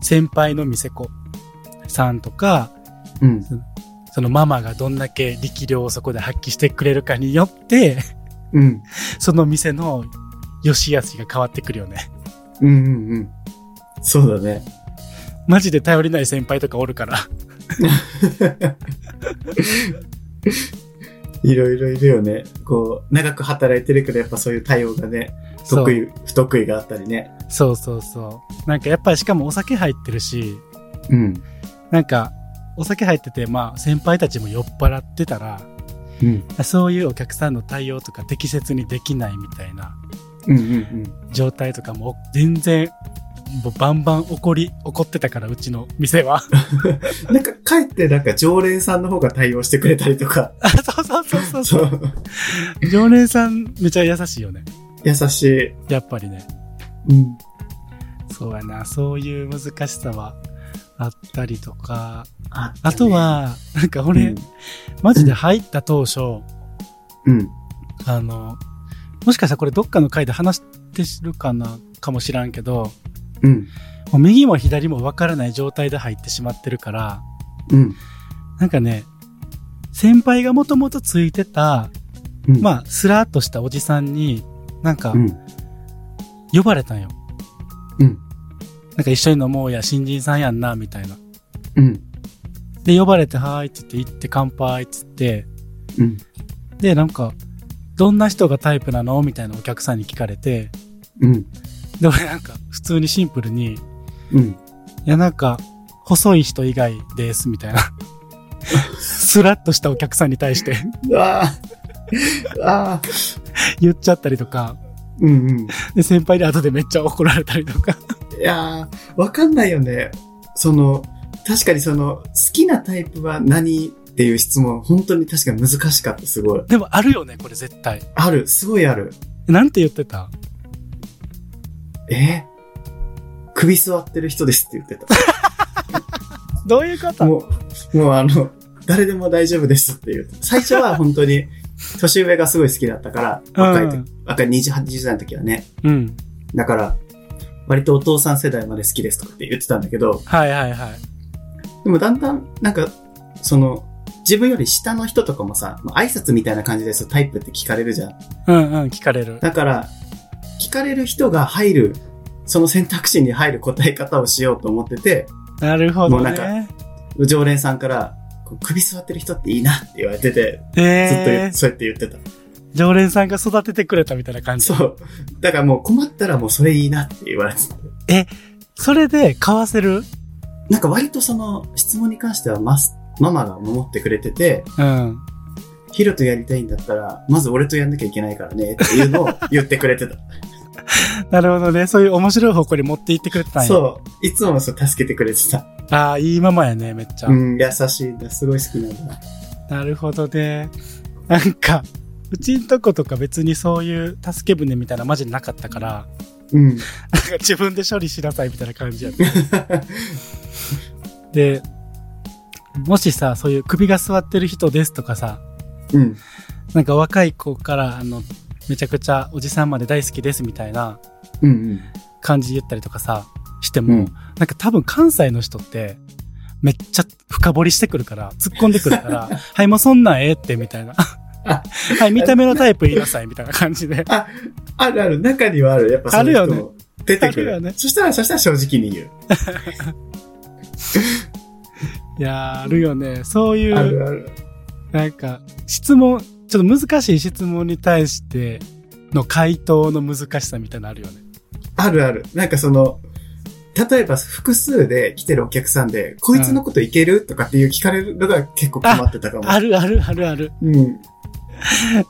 [SPEAKER 1] 先輩の店子さんとか、
[SPEAKER 2] うん。
[SPEAKER 1] そのママがどんだけ力量をそこで発揮してくれるかによって、
[SPEAKER 2] うん。
[SPEAKER 1] その店の良し悪しが変わってくるよね。
[SPEAKER 2] うんうんうん。そうだね。
[SPEAKER 1] マジで頼りない先輩とかおるから。
[SPEAKER 2] いろいろいるよね。こう、長く働いてるけど、やっぱそういう対応がね、得意、不得意があったりね。
[SPEAKER 1] そう。そうそうそう。なんかやっぱりしかもお酒入ってるし、
[SPEAKER 2] うん。
[SPEAKER 1] なんかお酒入ってて、まあ先輩たちも酔っ払ってたら、
[SPEAKER 2] うん。
[SPEAKER 1] そういうお客さんの対応とか適切にできないみたいな
[SPEAKER 2] うんうん
[SPEAKER 1] 状態とかも全然、もうバンバン怒り、怒ってたから、うちの店は。
[SPEAKER 2] うん。なんか、かえってなんか常連さんの方が対応してくれたりとか、
[SPEAKER 1] あ そうそうそうそうそ
[SPEAKER 2] そう。
[SPEAKER 1] う。常連さんめちゃ優しいよね。
[SPEAKER 2] 優しい。
[SPEAKER 1] やっぱりね。
[SPEAKER 2] うん。
[SPEAKER 1] そうやな、そういう難しさはあったりとか、
[SPEAKER 2] あった
[SPEAKER 1] あ
[SPEAKER 2] ね
[SPEAKER 1] と、は、なんか
[SPEAKER 2] う
[SPEAKER 1] 俺、
[SPEAKER 2] ん。
[SPEAKER 1] マジで入った当初、
[SPEAKER 2] うん。
[SPEAKER 1] あの、もしかしたらこれどっかの回で話してるかな、かもしらんけど、
[SPEAKER 2] うん。
[SPEAKER 1] もう右も左もわからない状態で入ってしまってるから、
[SPEAKER 2] うん。
[SPEAKER 1] なんかね、先輩がもともとついてた、
[SPEAKER 2] うん。あ、
[SPEAKER 1] まあ、スラーっとしたおじさんに、なんか
[SPEAKER 2] う、ん。
[SPEAKER 1] 呼ばれたんよ。
[SPEAKER 2] うん。
[SPEAKER 1] なんか一緒に飲もうや、新人さんやんな、みたいな。
[SPEAKER 2] うん。
[SPEAKER 1] で、呼ばれて、はーいって言って、行って乾杯って言って、
[SPEAKER 2] うん。
[SPEAKER 1] で、なんか、どんな人がタイプなのみたいなお客さんに聞かれて、
[SPEAKER 2] うん。
[SPEAKER 1] で、俺なんか、普通にシンプルに、い
[SPEAKER 2] うん。
[SPEAKER 1] や、なんか、細い人以外です、みたいな。 スラッとしたお客さんに対して
[SPEAKER 2] ああ。ああ。
[SPEAKER 1] 言っちゃったりとか、
[SPEAKER 2] うんうん。
[SPEAKER 1] で、先輩に後でめっちゃ怒られたりとか。
[SPEAKER 2] いやー、わかんないよね。その、確かにその、好きなタイプは何っていう質問、本当に確かに難しかった、すごい。
[SPEAKER 1] でもあるよね、これ絶対。
[SPEAKER 2] ある、すごいある。
[SPEAKER 1] なんて言ってた
[SPEAKER 2] えー首座ってる人ですって言って
[SPEAKER 1] どういうこ
[SPEAKER 2] た。
[SPEAKER 1] と
[SPEAKER 2] もう、もうあの、誰でも大丈夫ですって言う。最初は本当に、 年上がすごい好きだったから、若い時、
[SPEAKER 1] うん
[SPEAKER 2] 若い28、20代の時はね。
[SPEAKER 1] うん。
[SPEAKER 2] だから、割とお父さん世代まで好きですとかって言ってたんだけど、
[SPEAKER 1] はいはいはい。
[SPEAKER 2] でもだんだん、なんか、その、自分より下の人とかもさ、まあ挨拶みたいな感じですタイプって聞かれるじゃん。
[SPEAKER 1] うんうん、聞かれる。
[SPEAKER 2] だから、聞かれる人が入る、その選択肢に入る答え方をしようと思ってて、
[SPEAKER 1] なるほど
[SPEAKER 2] もうな
[SPEAKER 1] ね。
[SPEAKER 2] 常連さんから、こう首座ってる人っていいなって言われてて、ずっと言
[SPEAKER 1] えー、
[SPEAKER 2] うそうやって言ってた。
[SPEAKER 1] 常連さんが育ててくれたみたいな感じ。
[SPEAKER 2] そう。だからもう困ったらもうそれいいなって言われてた。
[SPEAKER 1] それで、買わせる
[SPEAKER 2] なんか割とその質問に関してはマスママが守ってくれてて、
[SPEAKER 1] うん。
[SPEAKER 2] ヒロとやりたいんだったら、まず俺とやんなきゃいけないからね、っていうのを言ってくれてた。
[SPEAKER 1] なるほどね。そういう面白い方向に持っていってくれてたんや。
[SPEAKER 2] そう。いつもそう、助けてくれてた。
[SPEAKER 1] ああ、いいママやね、めっちゃ。
[SPEAKER 2] うん、優しいんだ。すごい好きなんだ。
[SPEAKER 1] なるほどね。なんか、うちんとことか別にそういう助け舟みたいなマジでなかったから、
[SPEAKER 2] うん。
[SPEAKER 1] なんか自分で処理しなさいみたいな感じやった。で、もしさ、そういう首が座ってる人ですとかさ、
[SPEAKER 2] うん。
[SPEAKER 1] なんか若い子から、あの、めちゃくちゃおじさんまで大好きですみたいな
[SPEAKER 2] うんうん。
[SPEAKER 1] 感じ言ったりとかさ、して
[SPEAKER 2] う
[SPEAKER 1] も、
[SPEAKER 2] ん。
[SPEAKER 1] なんか多分関西の人って、めっちゃ深掘りしてくるから、突っ込んでくる から、はい、もうそんなんええって、みたいな。はい、見た目のタイプ言いなさい、みたいな感じで。
[SPEAKER 2] あるある、中にはある。やっぱそういう
[SPEAKER 1] ある
[SPEAKER 2] 人出てく
[SPEAKER 1] ある
[SPEAKER 2] る。
[SPEAKER 1] よね
[SPEAKER 2] そしたら、そしたら正直に言う。
[SPEAKER 1] いやー、あるよね。そうい
[SPEAKER 2] あ
[SPEAKER 1] う、
[SPEAKER 2] るある。
[SPEAKER 1] なんか、質問、ちょっと難しい質問に対しての回答の難しさみたいなのあるよね。
[SPEAKER 2] あるある。なんかその、例えば複数で来てるお客さんで、こいつのこといける、とかっていう聞かれるのが結構困ってたかも。
[SPEAKER 1] あるあるある ある。
[SPEAKER 2] うん。い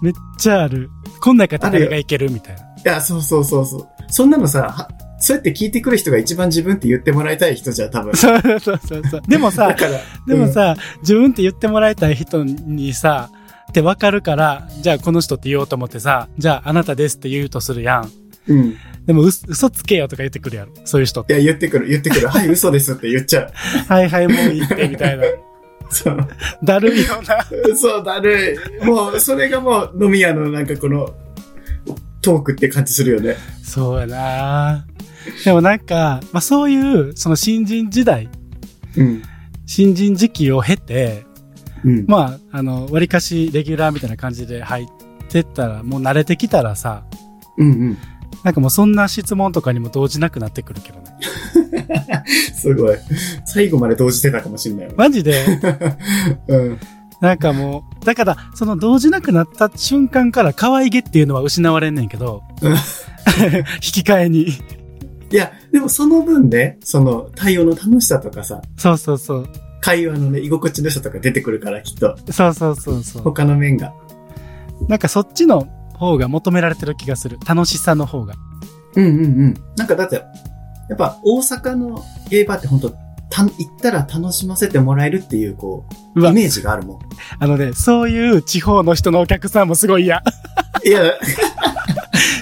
[SPEAKER 1] めっちゃある。こんなんやから誰がいけるみたいな。
[SPEAKER 2] や、そうそうそうそう。そんなのさ、はそうやって聞いてくる人が一番自分って言ってもらいたい人じゃん、多分。
[SPEAKER 1] そうそうそうそう。でもさ
[SPEAKER 2] だ、から。
[SPEAKER 1] でもさ、自分って言ってもらいたい人にさ、ってわかるから、じゃあこの人って言おうと思ってさ、じゃああなたですって言うとするやん。
[SPEAKER 2] うん、うん。い
[SPEAKER 1] でもう嘘つけよとか言ってくるやろ。そういう人って。
[SPEAKER 2] や、言ってくる、言ってく る。はい、嘘ですって言っちゃう。
[SPEAKER 1] はいはいもういいってみたいな。
[SPEAKER 2] そう。
[SPEAKER 1] だるいよな。
[SPEAKER 2] そうだるい。もう、それがもう飲み屋のなんかこの、トークって感じするよね。
[SPEAKER 1] そうやなでもなんか、まあそういう、その新人時代、
[SPEAKER 2] うん。
[SPEAKER 1] 新人時期を経て、
[SPEAKER 2] うん。
[SPEAKER 1] まあ、あの、割かしレギュラーみたいな感じで入ってったら、もう慣れてきたらさ、
[SPEAKER 2] うんうん。
[SPEAKER 1] なんかもうそんな質問とかにも動じなくなってくるけどね。
[SPEAKER 2] すごい。最後まで同時してたかもしれないわ。
[SPEAKER 1] マジで、
[SPEAKER 2] うん。
[SPEAKER 1] なんかもう、だから、その動じなくなった瞬間から可愛げっていうのは失われんねんけど
[SPEAKER 2] うん、
[SPEAKER 1] 引き換えに。
[SPEAKER 2] いや、でもその分ね、その、対応の楽しさとかさ、
[SPEAKER 1] そうそうそう。
[SPEAKER 2] 会話のね、居心地の良さとか出てくるから、きっと。
[SPEAKER 1] そうそうそうそう。
[SPEAKER 2] 他の面が。
[SPEAKER 1] なんかそっちの方が求められてる気がする。楽しさの方が。
[SPEAKER 2] うんうんうん。なんかだって、やっぱ大阪のゲイバーって本当た行ったら楽しませてもらえるっていう、こ
[SPEAKER 1] う
[SPEAKER 2] う、
[SPEAKER 1] わ
[SPEAKER 2] イ、メージがあるもん。
[SPEAKER 1] あのね、そういう地方の人のお客さんもすごい嫌。
[SPEAKER 2] いや、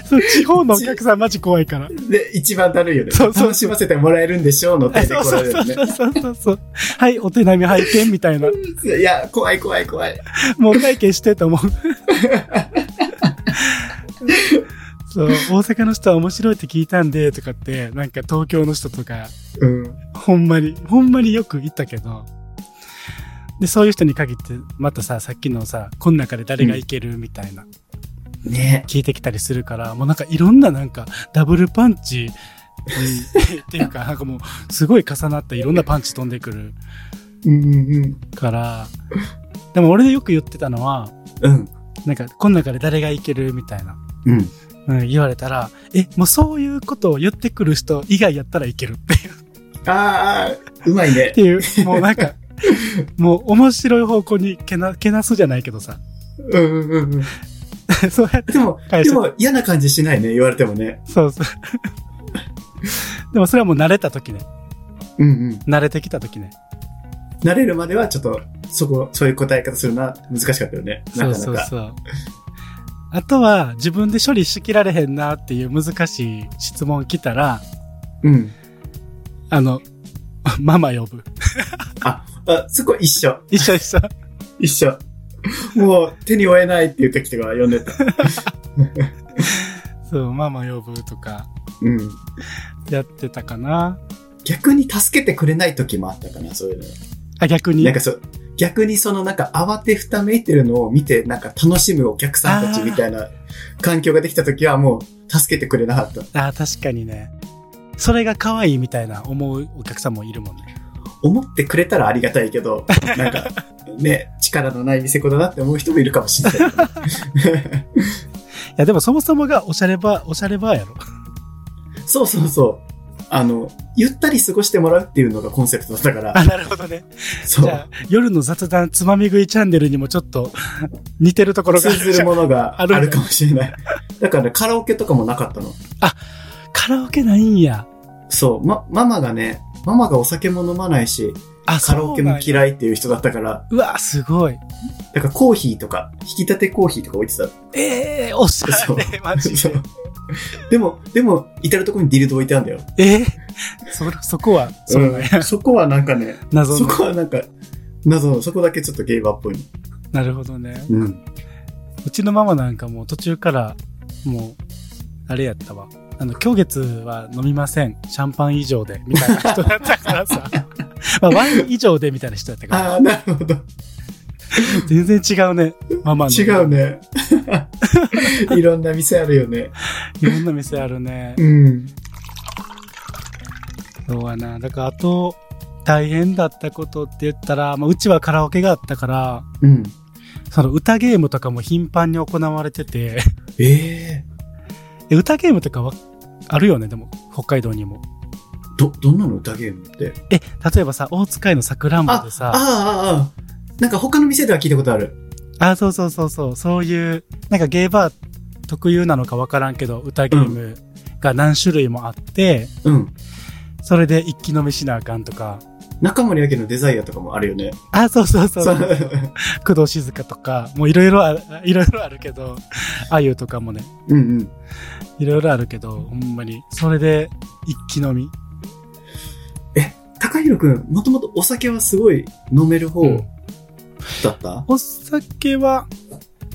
[SPEAKER 1] そう地方のお客さんマジ怖いから。
[SPEAKER 2] で、一番だるいよね。
[SPEAKER 1] そうそうそう
[SPEAKER 2] 楽しませてもらえるんでしょうの手 で
[SPEAKER 1] そう
[SPEAKER 2] 来
[SPEAKER 1] そ
[SPEAKER 2] ら
[SPEAKER 1] う
[SPEAKER 2] れる
[SPEAKER 1] そ
[SPEAKER 2] よ
[SPEAKER 1] う
[SPEAKER 2] ね
[SPEAKER 1] そうそうそうそう。はい、お手並み拝見みたいな。
[SPEAKER 2] いや、怖い怖い怖い。
[SPEAKER 1] もうお会計して と思う。そう、大阪の人は面白いって聞いたんで、とかって、なんか東京の人とか、
[SPEAKER 2] うん。
[SPEAKER 1] ほんまに、ほんまによく言ったけど、で、そういう人に限って、またさ、さっきのさ、この中で誰がいけるみたいな、
[SPEAKER 2] ね
[SPEAKER 1] 聞いてきたりするから、もうなんかいろんななんか、ダブルパン チ、うんっていうか、なんかもう、すごい重なったいろんなパンチ飛んでくる
[SPEAKER 2] うんうん
[SPEAKER 1] から、でも俺でよく言ってたのは、
[SPEAKER 2] うん。うん。
[SPEAKER 1] なんか、この中で誰がいけるみたいな、
[SPEAKER 2] うん。
[SPEAKER 1] うん、言われたら、え、もうそういうことを言ってくる人以外やったらいけるっていう、っ
[SPEAKER 2] ああ、うまいね
[SPEAKER 1] て。いう、もうなんか、もう面白い方向にけな、けなすじゃないけどさ、
[SPEAKER 2] うんうんうんうん。
[SPEAKER 1] そうやって
[SPEAKER 2] でも、
[SPEAKER 1] 返。
[SPEAKER 2] ですも嫌な感じしないね、言われてもね。
[SPEAKER 1] そう そう。でもそれはもう慣れた時ね、
[SPEAKER 2] うんうん。
[SPEAKER 1] 慣れてきた時ね。
[SPEAKER 2] 慣れるまではちょっと、そこ、そういう答え方するな、難しかったよね。な
[SPEAKER 1] そ
[SPEAKER 2] か
[SPEAKER 1] う
[SPEAKER 2] なか。
[SPEAKER 1] そうそう。あとは、自分で処理しきられへんなっていう難しい質問来たら、
[SPEAKER 2] うん。
[SPEAKER 1] あの、 ママ呼ぶ。
[SPEAKER 2] あ、そこ一緒。
[SPEAKER 1] 一緒一緒。
[SPEAKER 2] 一緒。もう手に負えないっていう時とか読んでた。
[SPEAKER 1] そう、ママ呼ぶとか、
[SPEAKER 2] うん。
[SPEAKER 1] やってたかな。
[SPEAKER 2] 逆に助けてくれない時もあったかな、そういうの。
[SPEAKER 1] あ、逆に
[SPEAKER 2] なんかそう、逆にそのなんか慌てふためいてるのを見て、なんか楽しむお客さんたちみたいな環境ができた時はもう助けてくれなかった。
[SPEAKER 1] あー確かにね。それが可愛いみたいな思うお客さんもいるもんね。
[SPEAKER 2] 思ってくれたらありがたいけ ど、なんかね、力のない店子だなって思う人もいるかもしれないけど ね。
[SPEAKER 1] いや、でもそもそもがおしゃれバー、おしゃれバーやろ。
[SPEAKER 2] そうそうそう。あの、ゆったり過ごしてもらうっていうのがコンセプトだったから、
[SPEAKER 1] あ、なるほどね。
[SPEAKER 2] そ
[SPEAKER 1] じゃ
[SPEAKER 2] う、
[SPEAKER 1] あ、夜の雑談つまみ食いチャンネルにもちょっと 似てるところが
[SPEAKER 2] 通
[SPEAKER 1] ある
[SPEAKER 2] ず
[SPEAKER 1] じ
[SPEAKER 2] る
[SPEAKER 1] ゃん
[SPEAKER 2] ものが
[SPEAKER 1] あ
[SPEAKER 2] あ
[SPEAKER 1] る
[SPEAKER 2] るかもしれない。だから、カラオケとかもなかったの。
[SPEAKER 1] カラオケないんや。
[SPEAKER 2] そう、ま、ママがね、ママがお酒も飲まないし、
[SPEAKER 1] あ、
[SPEAKER 2] カラオケも
[SPEAKER 1] い。
[SPEAKER 2] 嫌いっていう人だったから、
[SPEAKER 1] うわ、すごい。
[SPEAKER 2] だからコーヒーとか、引き立てコーヒーとか置いてた。
[SPEAKER 1] ええー、おしゃ
[SPEAKER 2] そう
[SPEAKER 1] れ、マジ
[SPEAKER 2] そ
[SPEAKER 1] で
[SPEAKER 2] う。でも、でも、至るところにディルド置いてあるんだよ。
[SPEAKER 1] えー、そ、そこは、そううなんや、
[SPEAKER 2] んそこはなんかね、
[SPEAKER 1] 謎
[SPEAKER 2] そ
[SPEAKER 1] の。
[SPEAKER 2] こはなんか、謎の、そこだけちょっとゲイバーっぽい
[SPEAKER 1] なるほどね。
[SPEAKER 2] の。うん。
[SPEAKER 1] うちのママなんかもう途中から、もう、あれやったわ。あの、今月は飲みません。シャンパン以上で、みたいな人だったから さ。まあ、ワイン以上で、みたいな人だったから。
[SPEAKER 2] ああ、なるほど。
[SPEAKER 1] 全然違うね。ママの。
[SPEAKER 2] 違う。 ね。いろんな店あるよね。
[SPEAKER 1] いろんな店あるね。
[SPEAKER 2] うん。
[SPEAKER 1] そうやな。だから、あと、大変だったことって言ったら、まあ、うちはカラオケがあったから、
[SPEAKER 2] うん。
[SPEAKER 1] その歌ゲームとかも頻繁に行われてて、
[SPEAKER 2] ええ
[SPEAKER 1] で歌ゲームとかはあるよね、でも、北海道にも。
[SPEAKER 2] ど、どんなの歌ゲームって。
[SPEAKER 1] え、例えばさ、大塚愛のさくらんぼで
[SPEAKER 2] ああ、
[SPEAKER 1] さ、
[SPEAKER 2] ああ、なんか他の店では聞いたことある。
[SPEAKER 1] あ、そうそうそうそう、そういう、なんかゲーバー特有なのかわからんけど、歌ゲームが何種類もあって、
[SPEAKER 2] うん。
[SPEAKER 1] それで一気飲みしなあかんとか、
[SPEAKER 2] 中森明菜のデザイアとかもあるよね。
[SPEAKER 1] あ、そうそうそう、
[SPEAKER 2] そう。
[SPEAKER 1] 工藤静香とか、もういろいろある、いろいろあるけど、あゆとかもね、
[SPEAKER 2] うんうん。
[SPEAKER 1] いろいろあるけど、ほんまに、それで一気飲み。
[SPEAKER 2] 高弘くん、もともとお酒はすごい飲める方
[SPEAKER 1] うん
[SPEAKER 2] だった
[SPEAKER 1] お酒は、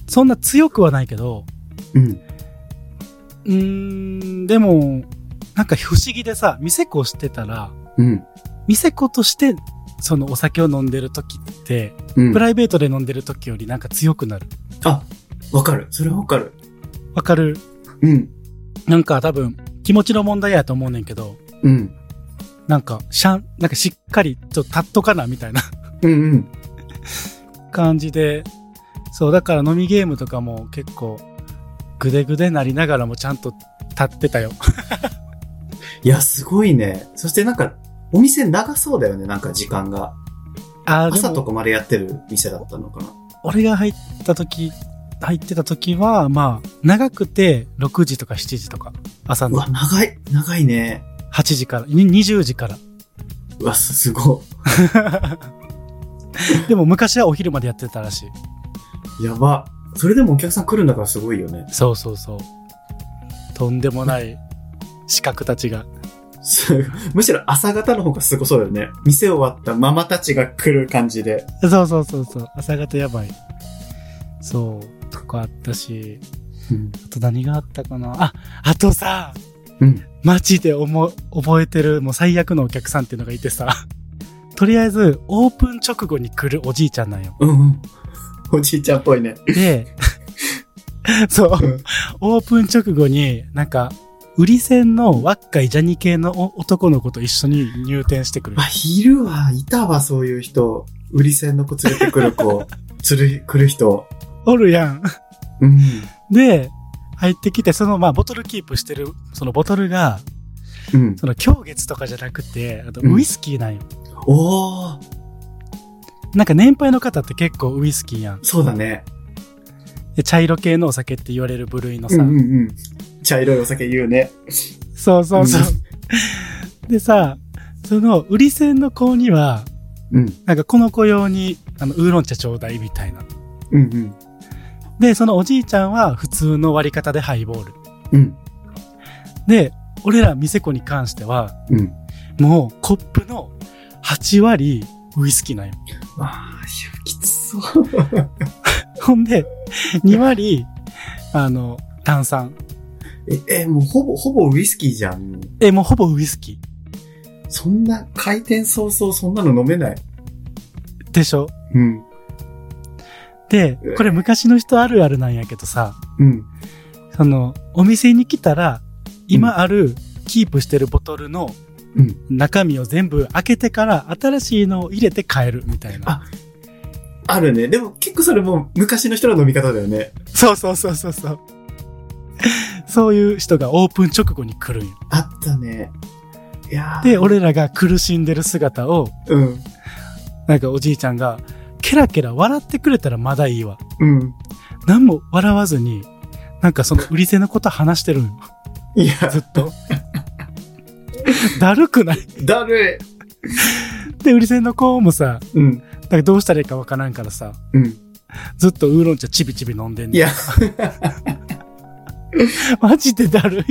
[SPEAKER 1] そんな強くはないけど、
[SPEAKER 2] うん。
[SPEAKER 1] うーん、でも、なんか不思議でさ、店子をしてたら、
[SPEAKER 2] うん。
[SPEAKER 1] 店子として、そのお酒を飲んでる時って、
[SPEAKER 2] うん
[SPEAKER 1] プ。ライベートで飲んでる時よりなんか強くなる。
[SPEAKER 2] あ、わかる。それはわかる。
[SPEAKER 1] わかる
[SPEAKER 2] うん。
[SPEAKER 1] なんか多分、気持ちの問題やと思うねんけど、
[SPEAKER 2] うん。
[SPEAKER 1] なんか、シャン、なんかしっかり、ちょっと立っとかな、みたいな
[SPEAKER 2] うんうん。
[SPEAKER 1] 感じで、そう、だから飲みゲームとかも結構、ぐでぐでなりながらもちゃんと立ってたよ。
[SPEAKER 2] いや、すごいね。そしてなんか、お店長そうだよね、なんか時間が。
[SPEAKER 1] あーで
[SPEAKER 2] 朝
[SPEAKER 1] も
[SPEAKER 2] とかまでやってる店だったのかな。
[SPEAKER 1] 俺が入った時、入ってた時は、まあ、長くて6時とか7時とか、朝
[SPEAKER 2] う
[SPEAKER 1] の
[SPEAKER 2] わ、長い、長いね。
[SPEAKER 1] 8時から、に20時から。
[SPEAKER 2] うわ、すすご
[SPEAKER 1] でも昔はお昼までやってたらしい。
[SPEAKER 2] い。やば。それでもお客さん来るんだからすごいよね。
[SPEAKER 1] そうそうそう。とんでもない 資格たちが。
[SPEAKER 2] す むしろ朝方の方がすごそうだよね。店終わったママたちが来る感じで。
[SPEAKER 1] そうそうそうそう。朝方やばい。そう。とかあったし、
[SPEAKER 2] うん。
[SPEAKER 1] あと何があったかな。あ、あとさ、
[SPEAKER 2] うん。
[SPEAKER 1] マジで思、覚えてる、もう最悪のお客さんっていうのがいてさ、とりあえず、オープン直後に来るおじいちゃんなんよ。
[SPEAKER 2] うんうん。おじいちゃんっぽいね。
[SPEAKER 1] で、そう
[SPEAKER 2] うん、
[SPEAKER 1] オープン直後に、なんか、売り線の若いジャニ系のお男の子と一緒に入店してくる
[SPEAKER 2] あ、。いるわ。いたわ、そういう人。売り線の子連れてくる 子。連れ、来る人。
[SPEAKER 1] おるやん。
[SPEAKER 2] うん。
[SPEAKER 1] で、入ってきて、その、まあ、ボトルキープしてる、そのボトルが、
[SPEAKER 2] うん。
[SPEAKER 1] その、狂月とかじゃなくて、あと、
[SPEAKER 2] うん
[SPEAKER 1] ウイスキーなんよ。
[SPEAKER 2] おー、
[SPEAKER 1] なんか、年配の方って結構ウイスキーやん。
[SPEAKER 2] そうだね。
[SPEAKER 1] で茶色系のお酒って言われる部類のさ。
[SPEAKER 2] うんうんうん。茶色いお酒言うね。
[SPEAKER 1] そうそうそう。でさ、その、売り線の子には、
[SPEAKER 2] うん。
[SPEAKER 1] なんか、この子用に、あの、ウーロン茶ちょうだいみたいな。
[SPEAKER 2] うんうん。
[SPEAKER 1] で、そのおじいちゃんは普通の割り方でハイボール。
[SPEAKER 2] うん。
[SPEAKER 1] で、俺ら店子に関しては、
[SPEAKER 2] うん。
[SPEAKER 1] もうコップの8割ウイスキーなんよ。
[SPEAKER 2] ああ、きつそう。
[SPEAKER 1] ほんで、2割、あの、炭酸。
[SPEAKER 2] え、え、もうほぼ、ほぼウイスキーじゃん。
[SPEAKER 1] え、もうほぼウイスキ
[SPEAKER 2] そんな、開店早々そんなの飲めない。
[SPEAKER 1] ーでしょ
[SPEAKER 2] うん。
[SPEAKER 1] で、これ昔の人あるあるなんやけどさ、
[SPEAKER 2] うん。
[SPEAKER 1] その、お店に来たら、今あるキープしてるボトルの
[SPEAKER 2] うん。
[SPEAKER 1] 中身を全部開けてから新しいのを入れて買えるみたいな。
[SPEAKER 2] ああるね。でも結構それもう昔の人の飲み方だよね。
[SPEAKER 1] そうそうそうそうそう。そういう人がオープン直後に来るんよ。
[SPEAKER 2] あったね。いやー
[SPEAKER 1] で、俺らが苦しんでる姿を、
[SPEAKER 2] うん。
[SPEAKER 1] なんかおじいちゃんが、ケラケラ笑ってくれたらまだいいわ。
[SPEAKER 2] うん。
[SPEAKER 1] 何も笑わずに、なんかその売り手のこと話してるんよ。
[SPEAKER 2] いや、
[SPEAKER 1] ずっと。だるくない
[SPEAKER 2] だる
[SPEAKER 1] で、売り手の子もさ、
[SPEAKER 2] い。うん。
[SPEAKER 1] なんかどうしたらいいかわからんからさ、
[SPEAKER 2] うん。
[SPEAKER 1] ずっとウーロン茶ちびちび飲んでん
[SPEAKER 2] い
[SPEAKER 1] ねん。
[SPEAKER 2] や、
[SPEAKER 1] マジでだるい。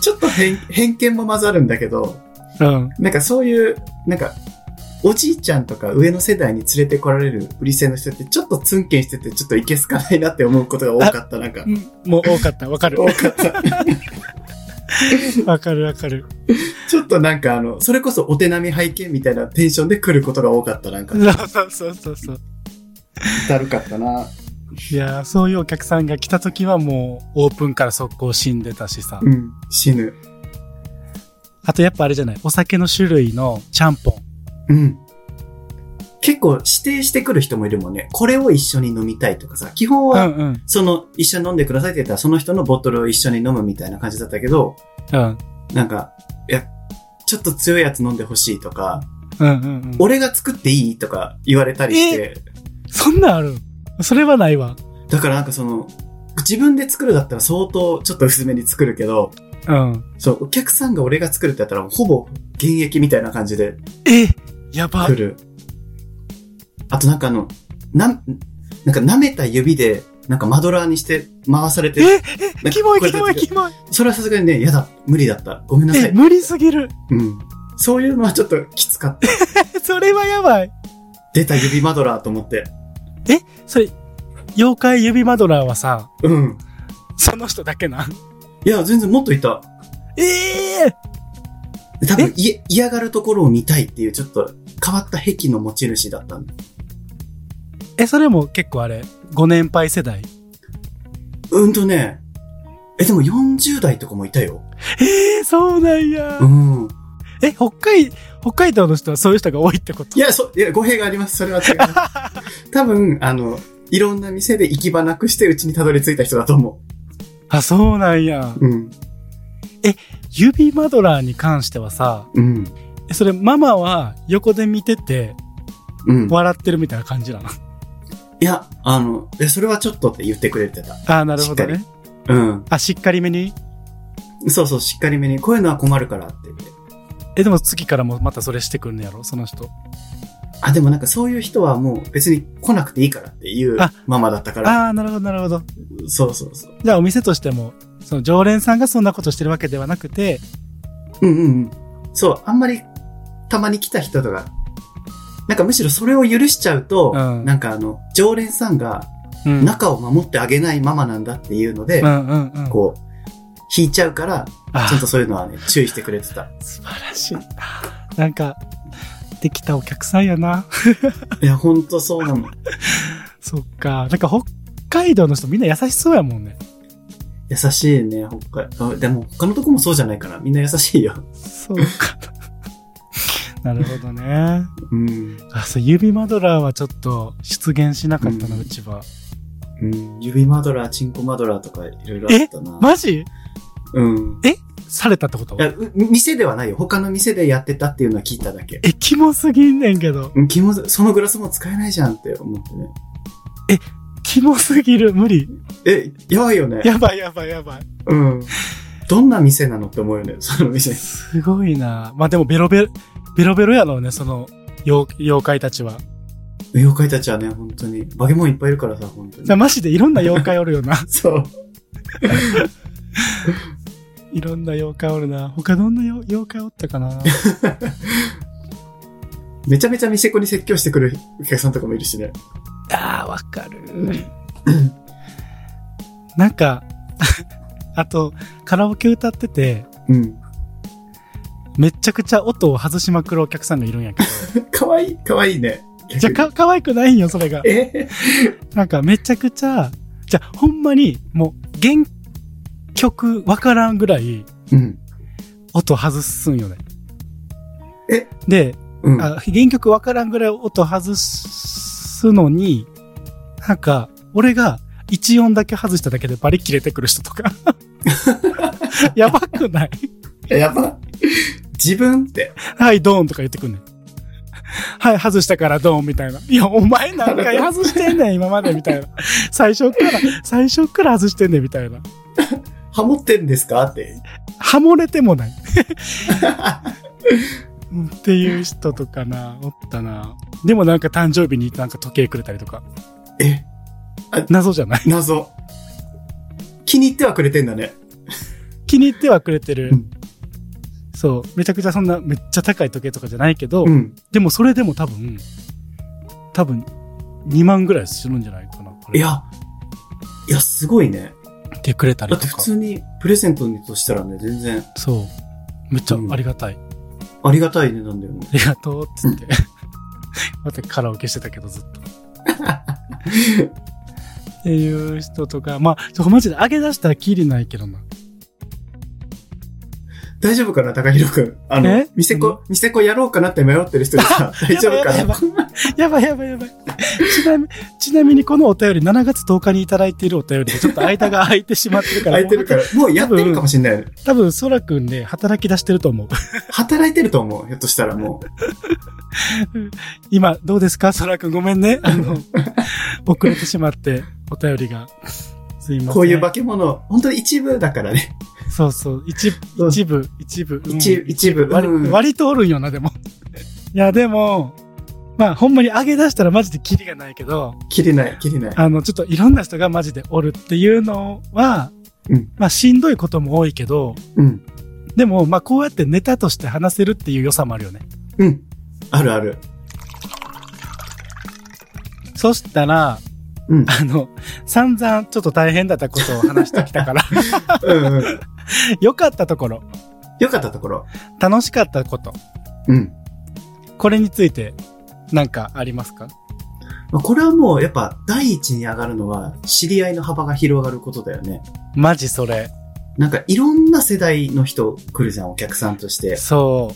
[SPEAKER 2] ちょっと 偏偏見も混ざるんだけど、
[SPEAKER 1] うん。
[SPEAKER 2] なんかそういう、なんか、おじいちゃんとか上の世代に連れてこられる売り線の人ってちょっとツンケンしててちょっといけすかないなって思うことが多かった。なんか、
[SPEAKER 1] もう多かった。わかる
[SPEAKER 2] 多。か った。
[SPEAKER 1] わかるわかる。
[SPEAKER 2] ちょっとなんかあの、それこそお手並み拝見みたいなテンションで来ることが多かった。なんか、
[SPEAKER 1] そうそうそうそう。
[SPEAKER 2] だるかったな。
[SPEAKER 1] いやー、そういうお客さんが来た時はもうオープンから速攻死んでたしさ。
[SPEAKER 2] うん、死ぬ。
[SPEAKER 1] あとやっぱあれじゃないお酒の種類のちゃんぽん。
[SPEAKER 2] うん。結構指定してくる人もいるもんね。これを一緒に飲みたいとかさ、基本
[SPEAKER 1] う
[SPEAKER 2] は、
[SPEAKER 1] んうん。
[SPEAKER 2] その、一緒に飲んでくださいって言ったら、その人のボトルを一緒に飲むみたいな感じだったけど、
[SPEAKER 1] うん。
[SPEAKER 2] なんか、いや、ちょっと強いやつ飲んでほしいとか、
[SPEAKER 1] うんうんうん。
[SPEAKER 2] 俺が作っていいとか言われたりして、
[SPEAKER 1] そんなんあるそれはないわ。
[SPEAKER 2] だからなんかその、自分で作るだったら相当ちょっと薄めに作るけど、
[SPEAKER 1] うん。
[SPEAKER 2] そう、お客さんが俺が作るってやったら、ほぼ現役みたいな感じで
[SPEAKER 1] えやば
[SPEAKER 2] 来。る。あとなんかあの、なん、なんか舐めた指で、なんかマドラーにして回されて、
[SPEAKER 1] え
[SPEAKER 2] なんか
[SPEAKER 1] キモい
[SPEAKER 2] こう
[SPEAKER 1] キ
[SPEAKER 2] や
[SPEAKER 1] モ
[SPEAKER 2] っ
[SPEAKER 1] い
[SPEAKER 2] てやって
[SPEAKER 1] キモい。
[SPEAKER 2] るそれはさすがにね、やだ、無理だった。ごめんなさ
[SPEAKER 1] え、
[SPEAKER 2] い。
[SPEAKER 1] 無理すぎる。
[SPEAKER 2] うん。そういうのはちょっときつかった。
[SPEAKER 1] それはやばい。
[SPEAKER 2] 出た指マドラーと思って。
[SPEAKER 1] それ、妖怪指マドラーはさ、
[SPEAKER 2] うん。
[SPEAKER 1] その人だけなん。
[SPEAKER 2] いや、全然もっといた。
[SPEAKER 1] ええ
[SPEAKER 2] 多分い嫌がるところを見たいっていうちょっと変わった癖の持ち主だったんだ
[SPEAKER 1] え、それも結構あれ、ご年配世代。
[SPEAKER 2] うんとねえでも40代とかもいたよ
[SPEAKER 1] ええそうなんや。
[SPEAKER 2] うん
[SPEAKER 1] え、北海、北海道の人はそういう人が多いってこと
[SPEAKER 2] いやそいや語弊がありますそれは違う 多分あのいろんな店で行き場なくしてうちにたどり着いた人だと思
[SPEAKER 1] あ、そうなんや。
[SPEAKER 2] ううん
[SPEAKER 1] 指マドラーに関してはさ、
[SPEAKER 2] うん
[SPEAKER 1] えそれママは横で見てて
[SPEAKER 2] うん
[SPEAKER 1] 笑ってるみたいな感じなの。
[SPEAKER 2] いやあのいやそれはちょっとって言ってくれてた
[SPEAKER 1] ああ、なるほどね。
[SPEAKER 2] うん
[SPEAKER 1] あ、しっかりめに。
[SPEAKER 2] そうそうしっかりめにこういうのは困るからって言って
[SPEAKER 1] え、でも次からもまたそれしてくんねやろ、その人。
[SPEAKER 2] あでもなんかそういう人はもう別に来なくていいからっていう
[SPEAKER 1] あ
[SPEAKER 2] ママだったから
[SPEAKER 1] ああ、なるほど、なるほど。
[SPEAKER 2] そうそうそう
[SPEAKER 1] じゃあお店としても、その常連さんがそんなことしてるわけではなくて、
[SPEAKER 2] うんうんうん。そう、あんまりたまに来た人とか、なんかむしろそれを許しちゃうと、
[SPEAKER 1] うん
[SPEAKER 2] なんかあの、常連さんが
[SPEAKER 1] うんうん
[SPEAKER 2] 中を守ってあげないママなんだっていうので、
[SPEAKER 1] うんうん。
[SPEAKER 2] こう、引いちゃうから、
[SPEAKER 1] あ
[SPEAKER 2] ちゃんとそういうのはね、注意してくれてた。
[SPEAKER 1] 素晴らしい。なんか、できたお客さんやな。
[SPEAKER 2] いや、ほんとそうなの。
[SPEAKER 1] そっか。なんか北海道の人みんな優しそうやもんね。
[SPEAKER 2] 優しいね、北海あでも他のとこもそうじゃないかな。みんな優しいよ。
[SPEAKER 1] そうか。 なるほどね。
[SPEAKER 2] うん。
[SPEAKER 1] あ、そう、指マドラーはちょっと出現しなかったな、
[SPEAKER 2] う
[SPEAKER 1] うんちは。
[SPEAKER 2] うん、指マドラー、チンコマドラーとかいろいろあったな。
[SPEAKER 1] マジ
[SPEAKER 2] うん。
[SPEAKER 1] されたってこと
[SPEAKER 2] いや、う店ではないよ。他の店でやってたっていうのは聞いただけ。
[SPEAKER 1] え、キモすぎんねんけど。
[SPEAKER 2] うん気もそのグラスも使えないじゃんって思ってね。
[SPEAKER 1] キモすぎる。無理。
[SPEAKER 2] え、やばいよね。
[SPEAKER 1] やばいやばいやばい。
[SPEAKER 2] うん。どんな店なのって思うよね、その店。
[SPEAKER 1] すごいな。まあ、でもベロベロ、ベロベロやろうね、その、妖妖怪たちは。
[SPEAKER 2] 妖怪たちはね、本当に。バケモンいっぱいいるからさ、本当
[SPEAKER 1] じゃ
[SPEAKER 2] に。
[SPEAKER 1] マジでいろんな妖怪おる よな。
[SPEAKER 2] そう。
[SPEAKER 1] いろんな妖怪おるな。他どんな妖妖怪おったかな。
[SPEAKER 2] めちゃめちゃ店子に説教してくるお客さんとかもいるしね。
[SPEAKER 1] ああ、わかる。なんか、 あと、カラオケ歌ってて、
[SPEAKER 2] うん。
[SPEAKER 1] めちゃくちゃ音を外しまくるお客さんがいるんやけ
[SPEAKER 2] かわいい、かわいいね。
[SPEAKER 1] ど。じゃあ、か、可愛くないんよ、それが。
[SPEAKER 2] え
[SPEAKER 1] なんか、めちゃくちゃ、じゃあ、ほんまに、もう、原曲わからんぐらい、
[SPEAKER 2] うん。
[SPEAKER 1] 音外すんよね。
[SPEAKER 2] え
[SPEAKER 1] で、
[SPEAKER 2] うん。
[SPEAKER 1] あ原曲わからんぐらい音外すのに、なんか、俺が一音だけ外しただけでバリ 切れてくる人とか。やばくない
[SPEAKER 2] やば。自分って。
[SPEAKER 1] はい、ドーンとか言ってくんねん。はい、外したからドーンみたいな。いや、お前何回外してんねん、今までみたいな。最初っから、最初っから外してんねん、みたいな。
[SPEAKER 2] ハモってんですかって。
[SPEAKER 1] ハモれても ない。っていう人とかな、おったな。でもなんか誕生日になんか時計くれたりとか。
[SPEAKER 2] え、
[SPEAKER 1] 謎じゃない
[SPEAKER 2] 謎。気に入ってはくれてんだね。
[SPEAKER 1] 気に入ってはくれてる。
[SPEAKER 2] うん
[SPEAKER 1] そう。めちゃくちゃそんな、めっちゃ高い時計とかじゃないけど、
[SPEAKER 2] うん。
[SPEAKER 1] でもそれでも多分、多分、2万ぐらいするんじゃないかな。こ
[SPEAKER 2] い
[SPEAKER 1] れ
[SPEAKER 2] や、いや、すごいね。
[SPEAKER 1] ってくれたり
[SPEAKER 2] だっ
[SPEAKER 1] と
[SPEAKER 2] て普
[SPEAKER 1] か。
[SPEAKER 2] 通にプレゼントにとしたらね、全然
[SPEAKER 1] そう。めっちゃありがたい。 あ
[SPEAKER 2] ありがたい値段だよね。
[SPEAKER 1] りがとうって言って。 またカラオケしてたけどずっ と。っていう人とか、まあ、そこマジで上げ出したらきりないけどな。
[SPEAKER 2] 大丈夫かな高弘くん。あの
[SPEAKER 1] え、
[SPEAKER 2] ニセコ、ニセコやろうかなって迷ってる人にさ、大丈夫 か
[SPEAKER 1] やば
[SPEAKER 2] ない
[SPEAKER 1] やばいやばいやばい。ちなみに、ちなみにこのお便り7月10日にいただいているお便りでちょっと間が空いてしまってるから、
[SPEAKER 2] 空いてるから、もうやってるかもしんないよね。
[SPEAKER 1] 多分、そらくんね、働き出してると思う。
[SPEAKER 2] 働いてると思う。ひょっとしたらも
[SPEAKER 1] 今、どうですかそらくんごめんね。あ の、遅れてしまって、お便りが。すいませ
[SPEAKER 2] う、
[SPEAKER 1] ん。
[SPEAKER 2] こういう化け物、本当に一部だからね。
[SPEAKER 1] そうそう。一
[SPEAKER 2] う
[SPEAKER 1] 部、
[SPEAKER 2] ん
[SPEAKER 1] 一部、一部。うん
[SPEAKER 2] 一一部。
[SPEAKER 1] 割
[SPEAKER 2] うん
[SPEAKER 1] 割とおるんよな、でも。いや、でも、まあ、ほんまに上げ出したらマジでキリがないけど、
[SPEAKER 2] 切れない、切れない。
[SPEAKER 1] あの、ちょっといろんな人がマジでおるっていうのは、
[SPEAKER 2] うん
[SPEAKER 1] まあ、しんどいことも多いけど、
[SPEAKER 2] うん。
[SPEAKER 1] でも、まあ、こうやってネタとして話せるっていう良さもあるよね。
[SPEAKER 2] うん。あるある。
[SPEAKER 1] そしたら、
[SPEAKER 2] うん。
[SPEAKER 1] あの、散々ちょっと大変だったことを話してきた から、
[SPEAKER 2] うんうん。
[SPEAKER 1] 良かったところ、
[SPEAKER 2] よかったところ。
[SPEAKER 1] 楽しかったこと、
[SPEAKER 2] うん。
[SPEAKER 1] これについてなんかありますか
[SPEAKER 2] まあこれはもう、やっぱ、第一に上がるのは、知り合いの幅が広がることだよね。
[SPEAKER 1] マジそれ。
[SPEAKER 2] なんか、いろんな世代の人来るじゃん、お客さんとして。や
[SPEAKER 1] そ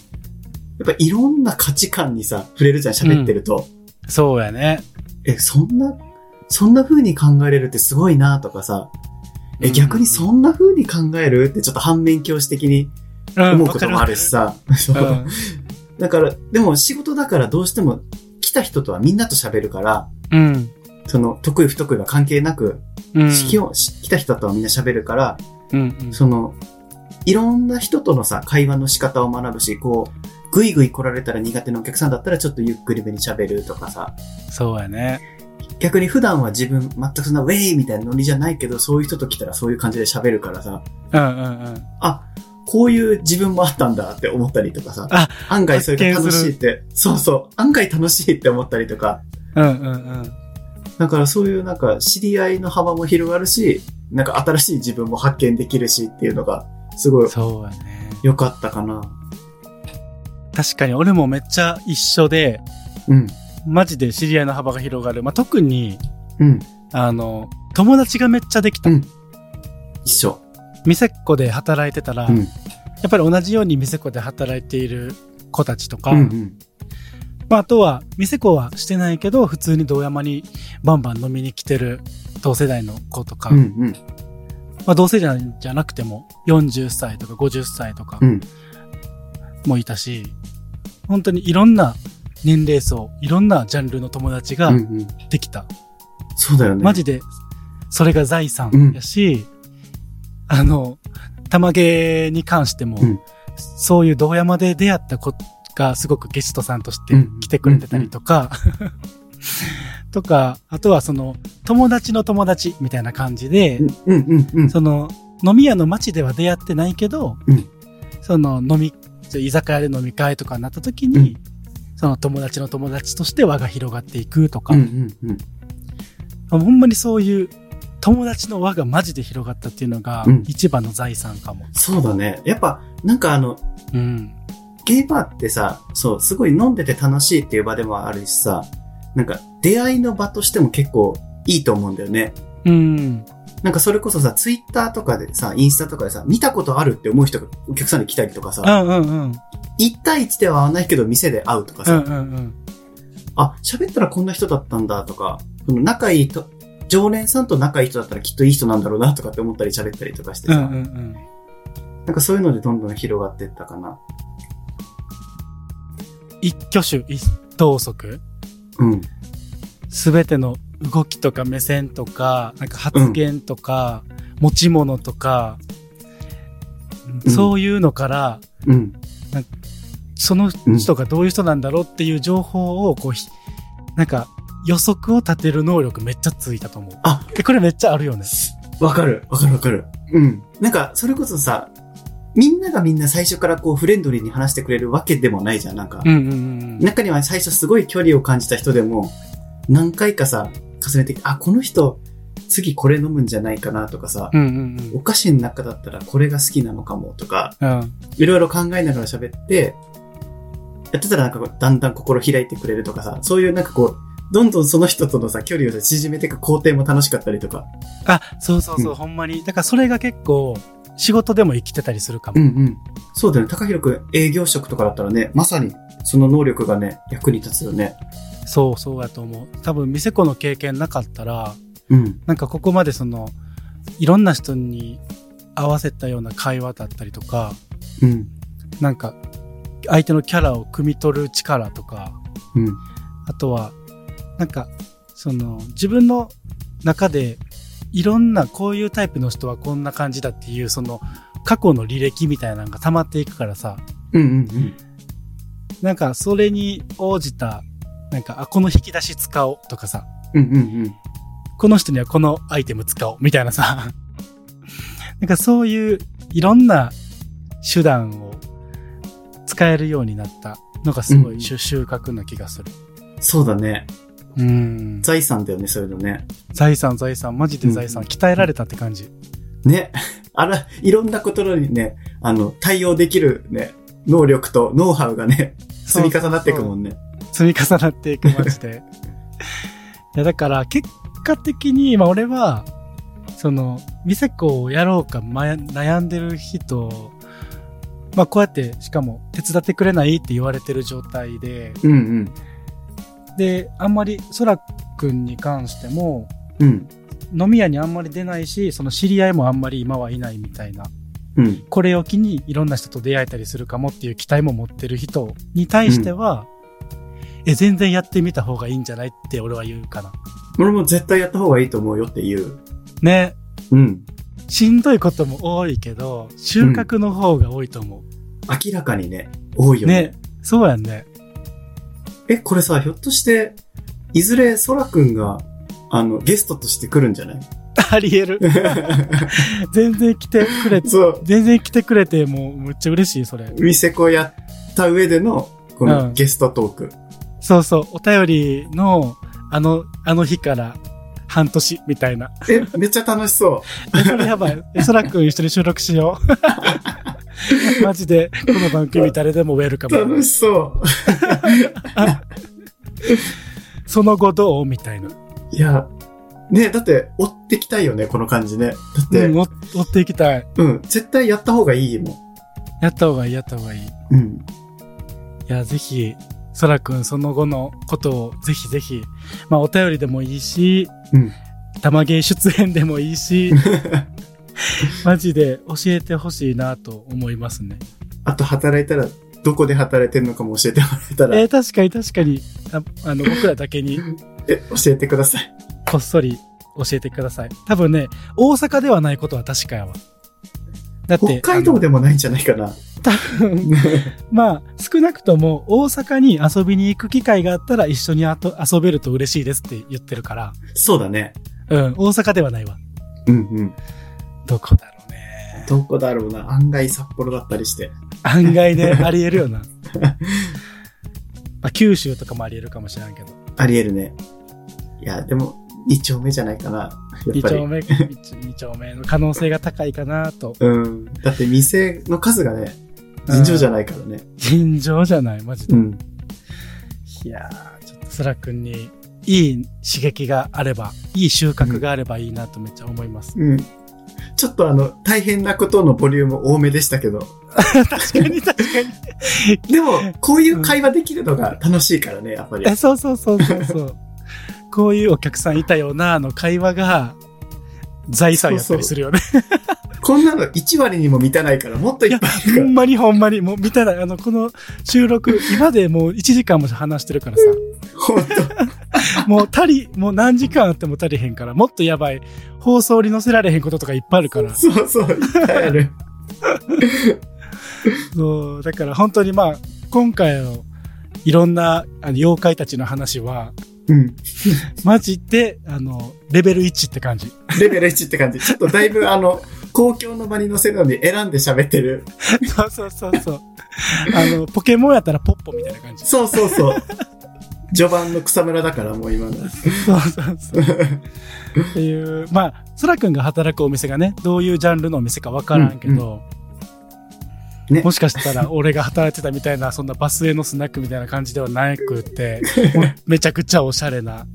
[SPEAKER 2] っぱ、いろんな価値観にさ、触れるじゃん、喋ってると。
[SPEAKER 1] う。そうやね。
[SPEAKER 2] え、そんな、そんな風に考えれるってすごいなとかさ。え、逆にそんな風に考えるってちょっと反面教師的に
[SPEAKER 1] うん
[SPEAKER 2] 思うこともあるし。さ。
[SPEAKER 1] わか
[SPEAKER 2] そう
[SPEAKER 1] るわか
[SPEAKER 2] だから、でも仕事だからどうしても来た人とはみんなと喋るから、
[SPEAKER 1] るうん。うん
[SPEAKER 2] その得意不得意は関係なく、
[SPEAKER 1] うん。
[SPEAKER 2] 式をし来た人とはみんな喋るから、
[SPEAKER 1] うんうん。
[SPEAKER 2] その、いろんな人とのさ、会話の仕方を学ぶし、こう、ぐいぐい来られたら苦手なお客さんだったらちょっとゆっくりめに喋るとかさ、
[SPEAKER 1] そうやね。
[SPEAKER 2] 逆に普段は自分全くそんなウェイみたいなノリじゃないけど、そういう人と来たらそういう感じで喋るからさ、
[SPEAKER 1] うんうんうん。
[SPEAKER 2] あ、こういう自分もあったんだって思ったりとかさ
[SPEAKER 1] あ、
[SPEAKER 2] 案外そういうの楽し
[SPEAKER 1] 発
[SPEAKER 2] い
[SPEAKER 1] 見
[SPEAKER 2] って、そうそう、案外楽しいって思ったりとか、
[SPEAKER 1] うんうんうん。
[SPEAKER 2] だからそういうなんか知り合いの幅も広がるし、なんか新しい自分も発見できるしっていうのが、すごい
[SPEAKER 1] そうやね。
[SPEAKER 2] 良かったかな。
[SPEAKER 1] 確かに俺もめっちゃ一緒で、
[SPEAKER 2] うん。
[SPEAKER 1] マジで知り合いの幅が広がる。まあ、特に、
[SPEAKER 2] うん。
[SPEAKER 1] あの、友達がめっちゃできた。
[SPEAKER 2] うん一緒。
[SPEAKER 1] 店っ子で働いてたら、
[SPEAKER 2] うん
[SPEAKER 1] や。っぱり同じように店っ子で働いている子たちとか、
[SPEAKER 2] うんうん。
[SPEAKER 1] まあ、あとは店っ子はしてないけど普通に堂山にバンバン飲みに来てる同世代の子とか、
[SPEAKER 2] うんうん。
[SPEAKER 1] まあ、同世代じゃなくても40歳とか50歳とか
[SPEAKER 2] うん。
[SPEAKER 1] もいたし、本当にいろんな年齢層いろんなジャンルの友達が
[SPEAKER 2] うんうん。
[SPEAKER 1] できた、
[SPEAKER 2] そうだよね。
[SPEAKER 1] マジでそれが財産やし、あの玉芸に関しても、
[SPEAKER 2] うん
[SPEAKER 1] そういう堂山で出会った子がすごくゲストさんとして
[SPEAKER 2] うん
[SPEAKER 1] 来てくれてたりとか、 とかあとはその友達の友達みたいな感じで、
[SPEAKER 2] うんうんうんうん。
[SPEAKER 1] その飲み屋の街では出会ってないけど、
[SPEAKER 2] うん
[SPEAKER 1] その飲み居酒屋で飲み会とかになった時に、その友達の友達として輪が広がっていくとか、
[SPEAKER 2] うんうんうん。
[SPEAKER 1] ほんまにそういう友達の輪がマジで広がったっていうのが
[SPEAKER 2] うん
[SPEAKER 1] 一番の財産かも。
[SPEAKER 2] そうだね。やっぱ、なんかあの、
[SPEAKER 1] うん。
[SPEAKER 2] ゲイバーってさ、そう、すごい飲んでて楽しいっていう場でもあるしさ、なんか出会いの場としても結構いいと思うんだよね。
[SPEAKER 1] うん。
[SPEAKER 2] なんかそれこそさ、ツイッターとかでさ、インスタとかでさ、見たことあるって思う人がお客さんで来たりとか
[SPEAKER 1] う
[SPEAKER 2] さ、
[SPEAKER 1] んうんうん。
[SPEAKER 2] 1対1では会わないけど店で会うとか
[SPEAKER 1] う
[SPEAKER 2] さ、
[SPEAKER 1] んうんうん。
[SPEAKER 2] あ、喋ったらこんな人だったんだとか、その仲いいと、常連さんと仲いい人だったらきっといい人なんだろうなとかって思ったり喋ったりとかして
[SPEAKER 1] う
[SPEAKER 2] さ、
[SPEAKER 1] んうんうん。
[SPEAKER 2] なんかそういうのでどんどん広がってったかな。
[SPEAKER 1] 一挙手一投足、
[SPEAKER 2] うん。
[SPEAKER 1] すべての動きとか目線とか、なんか発言とか、持ち物とか、
[SPEAKER 2] うん
[SPEAKER 1] そういうのから、
[SPEAKER 2] うん。
[SPEAKER 1] その人がどういう人なんだろうっていう情報を、こう、ひなんか予測を立てる能力めっちゃついたと思う。
[SPEAKER 2] あ
[SPEAKER 1] え、これめっちゃあるよね。
[SPEAKER 2] わかる。わかるわかる。うん。なんか、それこそさ、みんながみんな最初からこうフレンドリーに話してくれるわけでもないじゃん。なんか、
[SPEAKER 1] うんうんうんうん。
[SPEAKER 2] 中には最初すごい距離を感じた人でも、何回かさ、重ねてきて、あ、この人、次これ飲むんじゃないかなとかさ、
[SPEAKER 1] うんうんうん
[SPEAKER 2] お菓子の中だったらこれが好きなのかもとか、
[SPEAKER 1] うん。
[SPEAKER 2] いろいろ考えながら喋って、やってたらなんかこうだんだん心開いてくれるとかさ、そういうなんかこう、どんどんその人とのさ、距離をさ縮めていく工程も楽しかったりとか。
[SPEAKER 1] あ、そうそうそう、
[SPEAKER 2] うん
[SPEAKER 1] ほんまに。だからそれが結構、仕事でも生きてたりするかも。
[SPEAKER 2] んうん。そうだよね。高弘くん営業職とかだったらね、まさにその能力がね、役に立つよね。
[SPEAKER 1] そうそうやと思う。多分、店子の経験なかったら、
[SPEAKER 2] うん。
[SPEAKER 1] なんかここまでその、いろんな人に合わせたような会話だったりとか、
[SPEAKER 2] うん。
[SPEAKER 1] なんか、相手のキャラを汲み取る力とか、
[SPEAKER 2] うん。
[SPEAKER 1] あとは、なんか、その、自分の中で、いろんな、こういうタイプの人はこんな感じだっていう、その、過去の履歴みたいなのが溜まっていくからさ、
[SPEAKER 2] うんうん
[SPEAKER 1] なんか、それに応じた、なんか、あ、この引き出し使おうとかさ、
[SPEAKER 2] うん。うんうんうん。
[SPEAKER 1] この人にはこのアイテム使おうみたいなさ、 なんかそういういろんな手段を使えるようになったのがすご
[SPEAKER 2] う
[SPEAKER 1] い
[SPEAKER 2] ん
[SPEAKER 1] 収収穫な気がする。
[SPEAKER 2] そうだね。
[SPEAKER 1] うん。
[SPEAKER 2] 財産だよね、そういうのね。
[SPEAKER 1] 財産財産、マジで財産、
[SPEAKER 2] うん
[SPEAKER 1] 鍛えられたって感じ。
[SPEAKER 2] ね。 あら、いろんなことにね、あの、対応できるね、能力とノウハウがね、積み重なっていくもんね。
[SPEAKER 1] 積み重なっていくマジで いやだから結果的に今俺はその店子をやろうか迷悩んでる人まあこうやってしかも手伝ってくれないって言われてる状態で
[SPEAKER 2] うんうん。
[SPEAKER 1] であんまりそらくんに関しても
[SPEAKER 2] うん。
[SPEAKER 1] 飲み屋にあんまり出ないしその知り合いもあんまり今はいないみたいな
[SPEAKER 2] うん。
[SPEAKER 1] これを機にいろんな人と出会えたりするかもっていう期待も持ってる人に対しては、え、全然やってみた方がいいんじゃないって俺は言うかな。
[SPEAKER 2] 俺も絶対やった方がいいと思うよっていう。
[SPEAKER 1] ね。
[SPEAKER 2] うん。
[SPEAKER 1] しんどいことも多いけど、収穫の方が多いと思う。
[SPEAKER 2] 明らかにね、多いよ
[SPEAKER 1] ね。そうやんね。
[SPEAKER 2] え、これさ、ひょっとして、いずれソラくんが、あの、ゲストとして来るんじゃない
[SPEAKER 1] ありえる。全然来てくれて、
[SPEAKER 2] そう、
[SPEAKER 1] 全然来てくれて、もうむっちゃ嬉しい、それ。
[SPEAKER 2] 見せ子やった上での、こ
[SPEAKER 1] う
[SPEAKER 2] の
[SPEAKER 1] ん
[SPEAKER 2] ゲストトーク。
[SPEAKER 1] そうそう、お便りの、あの、あの日から半年みたいな。
[SPEAKER 2] え、めっちゃ楽しそ
[SPEAKER 1] えそれやばい。えそらくん一緒に収録しよう。 マジで、この番組誰でもウェルカ
[SPEAKER 2] う。楽
[SPEAKER 1] ム。
[SPEAKER 2] しそう。
[SPEAKER 1] その後どうみたいな。
[SPEAKER 2] いや、ね、だって、追ってきたいよね、この感じね。だって、
[SPEAKER 1] で、
[SPEAKER 2] うん、
[SPEAKER 1] 追追っていきたい。
[SPEAKER 2] 絶対やった方がいいも
[SPEAKER 1] やった方がいい、やった方がいい。い
[SPEAKER 2] ん。うん。
[SPEAKER 1] や、ぜひ、そらくんその後のことを、ぜひぜひ、まあ、お便りでもいいし、
[SPEAKER 2] うん
[SPEAKER 1] 玉芸出演でもいい し、マジで教えてほしいなと思いますね。
[SPEAKER 2] あと、働いたら、どこで働いてるのかも教えてもらえたら、
[SPEAKER 1] え
[SPEAKER 2] え
[SPEAKER 1] ー確かに確かにあ、あの、僕らだけに
[SPEAKER 2] 教えてください。
[SPEAKER 1] こっそり教えてください。多分ね、大阪ではないことは確かやわ。だって、
[SPEAKER 2] 北海道でもないんじゃないかな。
[SPEAKER 1] あの まあ、少なくとも大阪に遊びに行く機会があったら一緒にあと遊べると嬉しいですって言ってるから、
[SPEAKER 2] そうだね。
[SPEAKER 1] うん、大阪ではないわ。
[SPEAKER 2] うんうん。
[SPEAKER 1] どこだろうね。
[SPEAKER 2] どこだろうな。案外札幌だったりして。
[SPEAKER 1] 案外ね、ありえる よな。まあ、九州とかもありえるかもしれんけど。
[SPEAKER 2] ありえるね。いや、でも、2丁目じゃないかな。やっ
[SPEAKER 1] 二
[SPEAKER 2] ぱ
[SPEAKER 1] 丁
[SPEAKER 2] り。
[SPEAKER 1] 目、二丁目の可能性が高いかなと。
[SPEAKER 2] うん。だって店の数がね、尋常じゃ
[SPEAKER 1] ない。
[SPEAKER 2] ないからね。
[SPEAKER 1] 尋常じゃない、マジで。
[SPEAKER 2] うん。
[SPEAKER 1] いやー、ちょっとそらくんにいい刺激があれば、いい収穫があればいいなとめっちゃ思います。
[SPEAKER 2] うん。ちょっとあの、大変なことのボリューム多めでしたけど。
[SPEAKER 1] 確かに確かに。
[SPEAKER 2] でも、こういう会話できるのが楽しいからね、やっぱり
[SPEAKER 1] え。そうそうそうそうそう。こういうお客さんいたよな、の会話が、財産やったりするよね。
[SPEAKER 2] こんなの1割にも満たないから、もっといっぱいある
[SPEAKER 1] ほ
[SPEAKER 2] から
[SPEAKER 1] んまにほんまに、もう見たら、あの、この収録、今でもう1時間も話してる からさ、
[SPEAKER 2] ほんと。
[SPEAKER 1] もう足り、もう何時間あっても足りへんから、もっとやばい、放送に載せられへんこととかいっぱいあるから、
[SPEAKER 2] そうそう、いっぱいある。
[SPEAKER 1] そう、だから本当にまあ、今回のいろんなあの妖怪たちの話は、
[SPEAKER 2] うん。
[SPEAKER 1] マジで、あの、レベル1って感じ。
[SPEAKER 2] レベル1って感じ。ちょっとだいぶ、あの、公共の場に載せるのに選んで喋ってる。
[SPEAKER 1] そうそうそうそう。 あの、ポケモンやったらポッポみたいな感じ。
[SPEAKER 2] そうそうそう。序盤の草むらだから、もう今の。
[SPEAKER 1] そうそうそう。っていう、まあ、そらくんが働くお店がね、どういうジャンルのお店かわからんけど、
[SPEAKER 2] うんね
[SPEAKER 1] もしかしたら俺が働いてたみたいな、そんなバスへのスナックみたいな感じではなくて、もうめちゃくちゃおしゃれな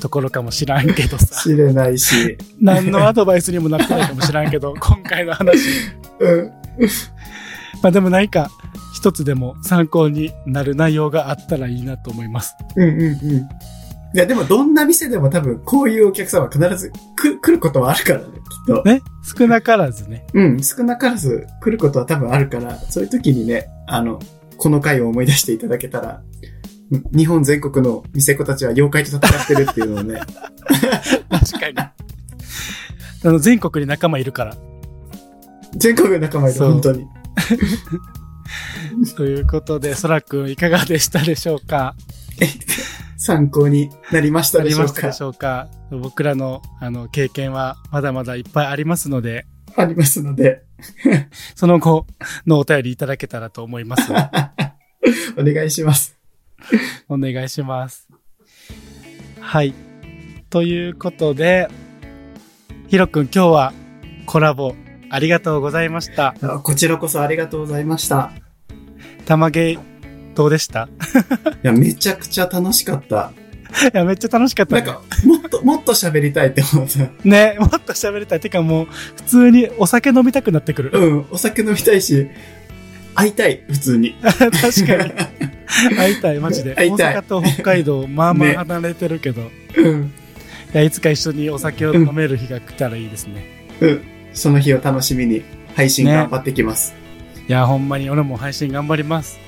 [SPEAKER 1] ところかもしらんけどさ、
[SPEAKER 2] 知れないし。
[SPEAKER 1] 何のアドバイスにもなってないかもしらんけ ど、今回の話、
[SPEAKER 2] うん。
[SPEAKER 1] まあでも何か一つでも参考になる内容があったらいいなと思います。
[SPEAKER 2] うんうんうん。いや、でもどんな店でも多分、こういうお客様は必ずく来ることはあるからね、きっと。
[SPEAKER 1] ね、少なからずね。
[SPEAKER 2] うん、少なからず来ることは多分あるから、そういう時にね、あの、この回を思い出していただけたら、うん日本全国の店子たちは妖怪と戦ってるっていうのを ね、
[SPEAKER 1] 確かに。 あの全国に仲間いるから。
[SPEAKER 2] 全国の仲間いる、
[SPEAKER 1] そう
[SPEAKER 2] 本当に。
[SPEAKER 1] ということで、そらくんいかがでしたでしょうか
[SPEAKER 2] 参考になりました
[SPEAKER 1] あ
[SPEAKER 2] で
[SPEAKER 1] り
[SPEAKER 2] しょ
[SPEAKER 1] ま
[SPEAKER 2] う
[SPEAKER 1] した
[SPEAKER 2] か
[SPEAKER 1] でしょうか僕らのあの経験はまだまだいっぱいありますので、
[SPEAKER 2] ありますので、
[SPEAKER 1] その後のお便りいただけたらと思います。
[SPEAKER 2] お願いします。
[SPEAKER 1] お願いします。はい。ということで、ひろくん今日はコラボありがとうございました。
[SPEAKER 2] あこちらこそありがとうございました。
[SPEAKER 1] たまげどうでした
[SPEAKER 2] いや、めちゃくちゃ楽しかった。
[SPEAKER 1] いや、めっちゃ楽しかった
[SPEAKER 2] な
[SPEAKER 1] ね、
[SPEAKER 2] んか、もっと、 もっと喋りたいって思った。
[SPEAKER 1] ね、もっと喋りたい。てかもう、普通にお酒飲みたくなってく る。
[SPEAKER 2] うん、お酒飲みたいし、会いたい、普通に。
[SPEAKER 1] 確か に。会いたい、マジで。
[SPEAKER 2] 会いたい
[SPEAKER 1] 大阪と北海道、まあまあ
[SPEAKER 2] ね
[SPEAKER 1] 離れてるけど、
[SPEAKER 2] うん、
[SPEAKER 1] いや、いつか一緒にお酒を飲める日が来たらいいですね。
[SPEAKER 2] うん。その日を楽しみに、配信
[SPEAKER 1] ね
[SPEAKER 2] 頑張ってきます。
[SPEAKER 1] いや、ほんまに俺も配信頑張ります。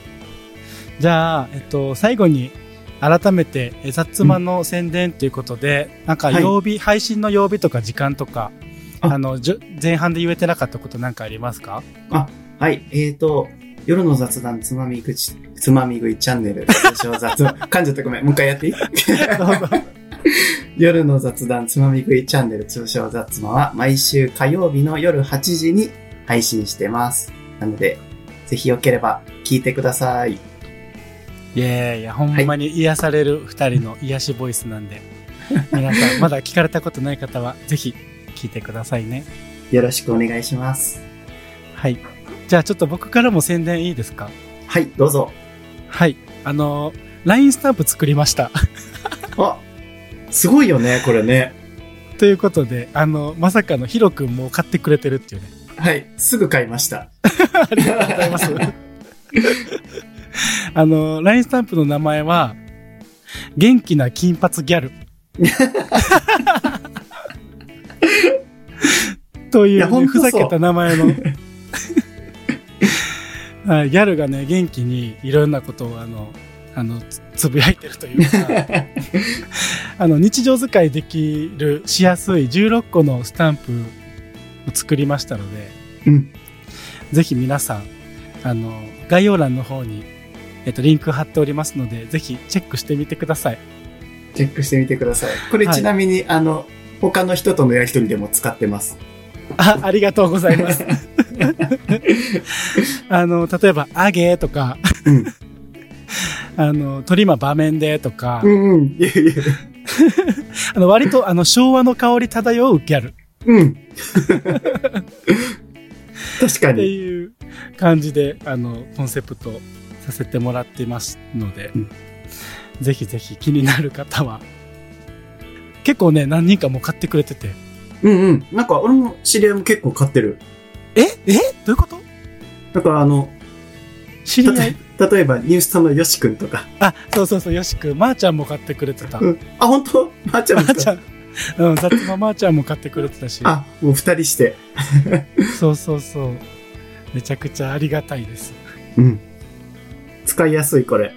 [SPEAKER 1] じゃあ、えっと、最後に、改めて、え雑魔の宣伝ということで、なんか
[SPEAKER 2] はい
[SPEAKER 1] 曜日、配信の曜日とか時間とか、
[SPEAKER 2] あ
[SPEAKER 1] あの、じょ前半で言えてなかったことなんかあります か
[SPEAKER 2] はい、えーと、夜の雑談つまみ食いち、つまみ食いチャンネル、通称雑談、噛んじゃったごめん、もう一回やっていい
[SPEAKER 1] どうぞ
[SPEAKER 2] 夜の雑談つまみ食いチャンネル、通称雑談は毎週火曜日の夜8時に配信してます。なので、ぜひよければ聞いてください。
[SPEAKER 1] いやいや、ほんまに癒される二人の癒しボイスなんで、皆 さん、まだ聞かれたことない方は、ぜひ聞いてくださいね。
[SPEAKER 2] よろしくお願いします。
[SPEAKER 1] はい。じゃあ、ちょっと僕からも宣伝いいですか
[SPEAKER 2] はい、どうぞ。
[SPEAKER 1] はい。あのー、LINE スタンプ作りました。
[SPEAKER 2] あ、すごいよね、これね。
[SPEAKER 1] ということで、あの、まさかのヒロ君も買ってくれてるっていうね。
[SPEAKER 2] はい、すぐ買いました。
[SPEAKER 1] ありがとうございます。あの、LINE スタンプの名前は、元気な金髪ギャ ル。とい,、
[SPEAKER 2] いうやほんと
[SPEAKER 1] ふ
[SPEAKER 2] そう
[SPEAKER 1] ざけた名前の。はいギャルがね、元気にいろんなことをあの、あの、つつぶやいてるという か、あの、日常使いできる、しやすい16個のスタンプを作りましたので、
[SPEAKER 2] うん。
[SPEAKER 1] ぜひ皆さん、あの、概要欄の方に、えっと、リンク貼っておりますので、ぜひチェックしてみてください。
[SPEAKER 2] チェックしてみてください。これ
[SPEAKER 1] はい
[SPEAKER 2] ちなみに、あの、他の人とのやりとりでも使ってます。
[SPEAKER 1] あ、ありがとうござい ます。あの、例えば、あげーとか、
[SPEAKER 2] うん。
[SPEAKER 1] あの、トリマ場面でとか
[SPEAKER 2] う、んうん。いやいや。
[SPEAKER 1] あの、割と、あの、昭和の香り漂うギャルっ
[SPEAKER 2] うん。 確か
[SPEAKER 1] て
[SPEAKER 2] に。
[SPEAKER 1] いう感じで、あの、コンセプトさせてもらってますので
[SPEAKER 2] うん、
[SPEAKER 1] ぜひぜひ気になる方は、結構ね、何人かもう買ってくれてて、
[SPEAKER 2] うんうん。なんか、俺も知り合いも結構買ってる。
[SPEAKER 1] ええどういうこと
[SPEAKER 2] だから、あの、
[SPEAKER 1] 知り合い
[SPEAKER 2] たと例えば、ニュースタのよしくんとか。
[SPEAKER 1] あ、そうそうそう、よしくん、まー、ちゃんも買ってくれてた。
[SPEAKER 2] うん。あ、本当まーちゃん
[SPEAKER 1] ま
[SPEAKER 2] も
[SPEAKER 1] ー、
[SPEAKER 2] 使っ
[SPEAKER 1] ちゃん、うん、さつままーちゃんも買ってくれてたし、
[SPEAKER 2] あ、もう二人して。
[SPEAKER 1] そうそうそう。めちゃくちゃありがたいです。
[SPEAKER 2] うん。使いやすい、これ。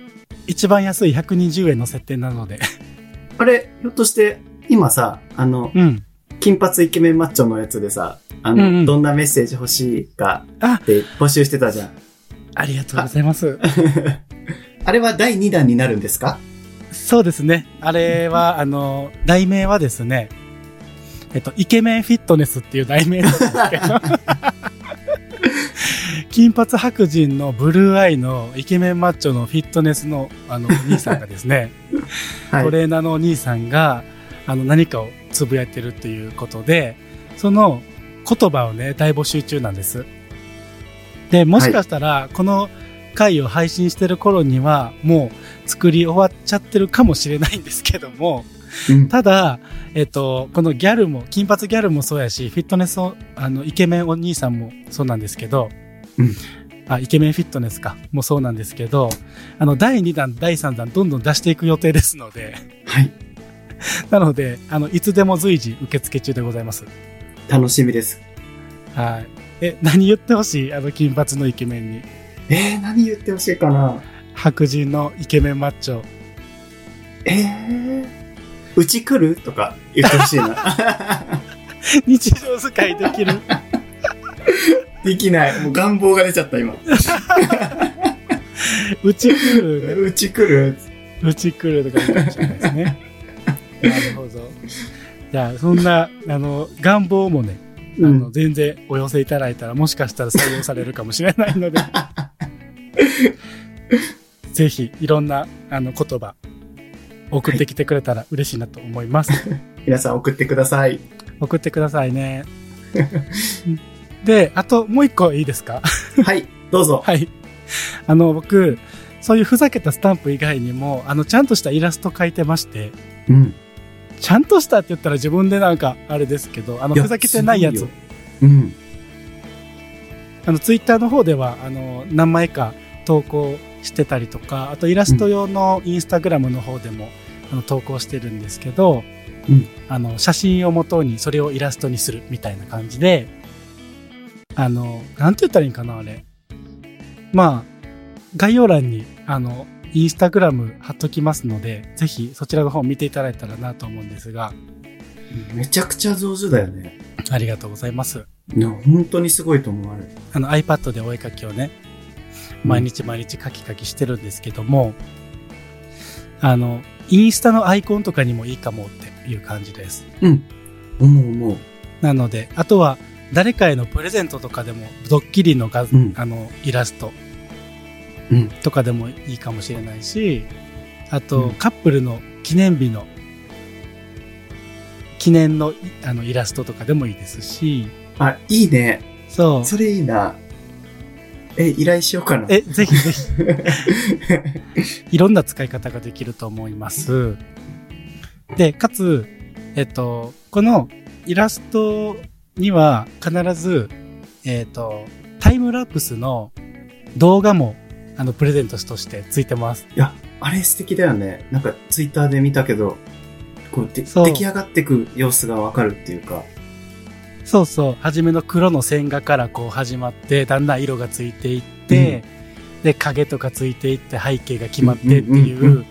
[SPEAKER 1] 一番安い120円の設定なので。
[SPEAKER 2] あれ、ひょっとして、今さ、あの、
[SPEAKER 1] うん。
[SPEAKER 2] 金髪イケメンマッチョのやつでさ、あの、
[SPEAKER 1] うんうん
[SPEAKER 2] どんなメッセージ欲しいか
[SPEAKER 1] あ
[SPEAKER 2] って募集してたじゃん。
[SPEAKER 1] ありがとうございます。
[SPEAKER 2] あれは第2弾になるんですか
[SPEAKER 1] そうですね。あれは、あの、題名はですね、えっと、イケメンフィットネスっていう題名なんですけど、 金髪白人のブルーアイのイケメンマッチョのフィットネスのあのお兄さんがですね、
[SPEAKER 2] はい。
[SPEAKER 1] トレーナーのお兄さんがあの何かをつぶやいてるっていうことで、その言葉をね、大募集中なんです。で、もしかしたら、この回を配信してる頃には、もう作り終わっちゃってるかもしれないんですけども、
[SPEAKER 2] うん
[SPEAKER 1] ただ、えっと、このギャルも、金髪ギャルもそうやし、フィットネスを、あの、イケメンお兄さんもそうなんですけど、
[SPEAKER 2] うん
[SPEAKER 1] あ、イケメンフィットネスか、もそうなんですけど、あの、第2弾、第3弾、どんどん出していく予定ですので、
[SPEAKER 2] はい。
[SPEAKER 1] なので、あの、いつでも随時受付中でございます。
[SPEAKER 2] 楽しみです。
[SPEAKER 1] はい。え、何言ってほしいあの、金髪のイケメンに。
[SPEAKER 2] えー、何言ってほしいかな
[SPEAKER 1] 白人のイケメンマッチョ。
[SPEAKER 2] えー、うち来るとか言ってほしい な。
[SPEAKER 1] 日常使いでき る。
[SPEAKER 2] できない。もう願望が出ちゃった、今。
[SPEAKER 1] うち来る、ね。
[SPEAKER 2] うち来る
[SPEAKER 1] うち来るとか言うかもしれないです ね。なるほど。じゃあ、そんな、あの、願望もね、
[SPEAKER 2] う
[SPEAKER 1] あの
[SPEAKER 2] ん。
[SPEAKER 1] 全然お寄せいただいたら、もしかしたら採用されるかもしれない ので、ぜひ、いろんな、あの、言葉、送ってきてくれたら嬉しいなと思います。
[SPEAKER 2] 皆さん送ってくださ い。
[SPEAKER 1] 送ってくださいね。で、あともう一個いいです か
[SPEAKER 2] はい、どうぞ。
[SPEAKER 1] はい。あの、僕、そういうふざけたスタンプ以外にも、あの、ちゃんとしたイラスト描いてまして、
[SPEAKER 2] うん。
[SPEAKER 1] ちゃんとしたって言ったら自分でなんか、あれですけど、あの、
[SPEAKER 2] いや
[SPEAKER 1] ふざけてないや
[SPEAKER 2] す
[SPEAKER 1] つ
[SPEAKER 2] ごい、うん。
[SPEAKER 1] あの、ツイッターの方では、あの、何枚か投稿してたりとか、あとイラスト用のインスタグラムの方でも、あの、投稿してるんですけど、
[SPEAKER 2] うん
[SPEAKER 1] あの、写真を元にそれをイラストにするみたいな感じで、あの、なんて言ったらいいんかな、あれ。まあ、概要欄に、あの、インスタグラム貼っときますので、ぜひそちらの方見ていただいたらなと思うんですが、
[SPEAKER 2] めちゃくちゃ上手だよね。
[SPEAKER 1] ありがとうございます。
[SPEAKER 2] いや、本当にすごいと思われる。
[SPEAKER 1] あの iPad でお絵かきをね、毎日毎日カキカキしてるんですけども、あの、インスタのアイコンとかにもいいかもっていう感じです。
[SPEAKER 2] うん。思う思う。
[SPEAKER 1] なので、あとは誰かへのプレゼントとかでも、ドッキリのが、
[SPEAKER 2] うん
[SPEAKER 1] あの、イラスト
[SPEAKER 2] うん。
[SPEAKER 1] とかでもいいかもしれないし、あと、
[SPEAKER 2] うん
[SPEAKER 1] カップルの記念日の、記念のいあのイラストとかでもいいですし、
[SPEAKER 2] あ、いいね。
[SPEAKER 1] そう。
[SPEAKER 2] それいいな。え、依頼しようかな。
[SPEAKER 1] え、ぜひぜひ。いろんな使い方ができると思います。で、かつ、えっと、このイラストには必ず、えっと、タイムラプスの動画も、あの、プレゼントとしてついてます。
[SPEAKER 2] あれ素敵だよね。なんかツイッターで見たけど、こうで
[SPEAKER 1] そう
[SPEAKER 2] 出来上がってく様子がわかるっていうか。
[SPEAKER 1] そうそう。初めの黒の線画からこう始まって、だんだん色がついていって、で、影とかついていって、背景が決まってっていう、
[SPEAKER 2] うんうんうん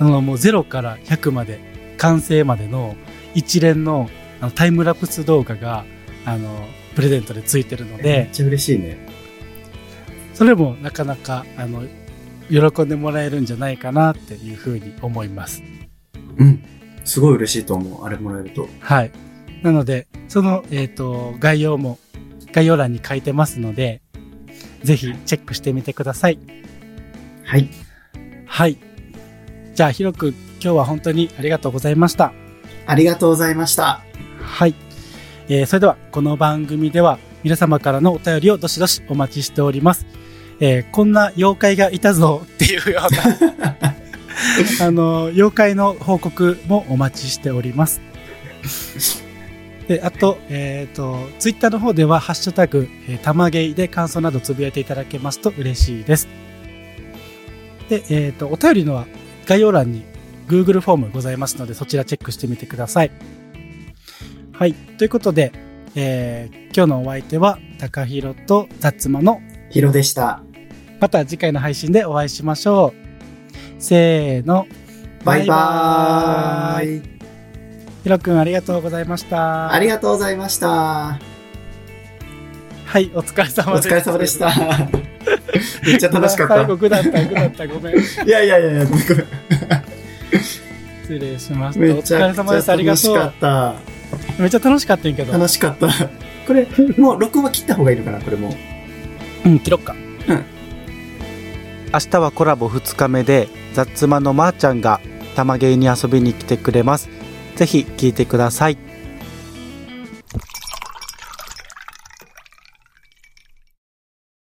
[SPEAKER 1] あの、もう0から100まで、完成までの一連のあのタイムラプス動画が、あの、プレゼントでついてるの
[SPEAKER 2] めっ
[SPEAKER 1] で、
[SPEAKER 2] ちゃ嬉しいね。
[SPEAKER 1] それもなかなか、あの、喜んでもらえるんじゃないかなっていうふうに思います。
[SPEAKER 2] うん。すごい嬉しいと思う。あれもらえると。
[SPEAKER 1] はい。なので、その、えっ、と、概要も、概要欄に書いてますので、ぜひチェックしてみてください。
[SPEAKER 2] はい。
[SPEAKER 1] はい。じゃあ、ひろくん、今日は本当にありがとうございました。
[SPEAKER 2] ありがとうございました。
[SPEAKER 1] はい。えーそれでは、この番組では、皆様からのお便りをどしどしお待ちしております。えーこんな妖怪がいたぞっていうような、あの、妖怪の報告もお待ちしております。で、あと、えっ、と、ツイッターの方では、ハッシュタグ、えー、たまげいで感想などつぶやいていただけますと嬉しいです。で、えっ、と、お便りのは概要欄に Google フォームございますので、そちらチェックしてみてください。はい。ということで、えー今日のお相手は、高弘と雑馬の、
[SPEAKER 2] ヒロでした。
[SPEAKER 1] また次回の配信でお会いしましょう。せーの。
[SPEAKER 2] バイバ
[SPEAKER 1] バイバ
[SPEAKER 2] ーイ。
[SPEAKER 1] ひろくんありがとうございました。
[SPEAKER 2] ありがとうございました。
[SPEAKER 1] はい、お疲れ
[SPEAKER 2] お
[SPEAKER 1] 様です。
[SPEAKER 2] 疲れ様でし。た。めっちゃ楽しか
[SPEAKER 1] 最
[SPEAKER 2] っ
[SPEAKER 1] 後、グだった、グだった、 ごめん。
[SPEAKER 2] た。いやいやいやいや、ごめんごめん
[SPEAKER 1] 失礼しました。
[SPEAKER 2] め
[SPEAKER 1] お
[SPEAKER 2] ち
[SPEAKER 1] 疲
[SPEAKER 2] ゃ
[SPEAKER 1] れ
[SPEAKER 2] くちゃ
[SPEAKER 1] 様です。ありが
[SPEAKER 2] 楽し
[SPEAKER 1] と
[SPEAKER 2] か
[SPEAKER 1] う。
[SPEAKER 2] った。
[SPEAKER 1] めっちゃ楽しかったんやけど。
[SPEAKER 2] 楽しかった。これ、もう録音は切った方がいいのかな、これもう。
[SPEAKER 1] うん、切ろっか。
[SPEAKER 3] 明日はコラボ2日目で雑妻のまーちゃんが玉芸に遊びに来てくれますぜひ聞いてください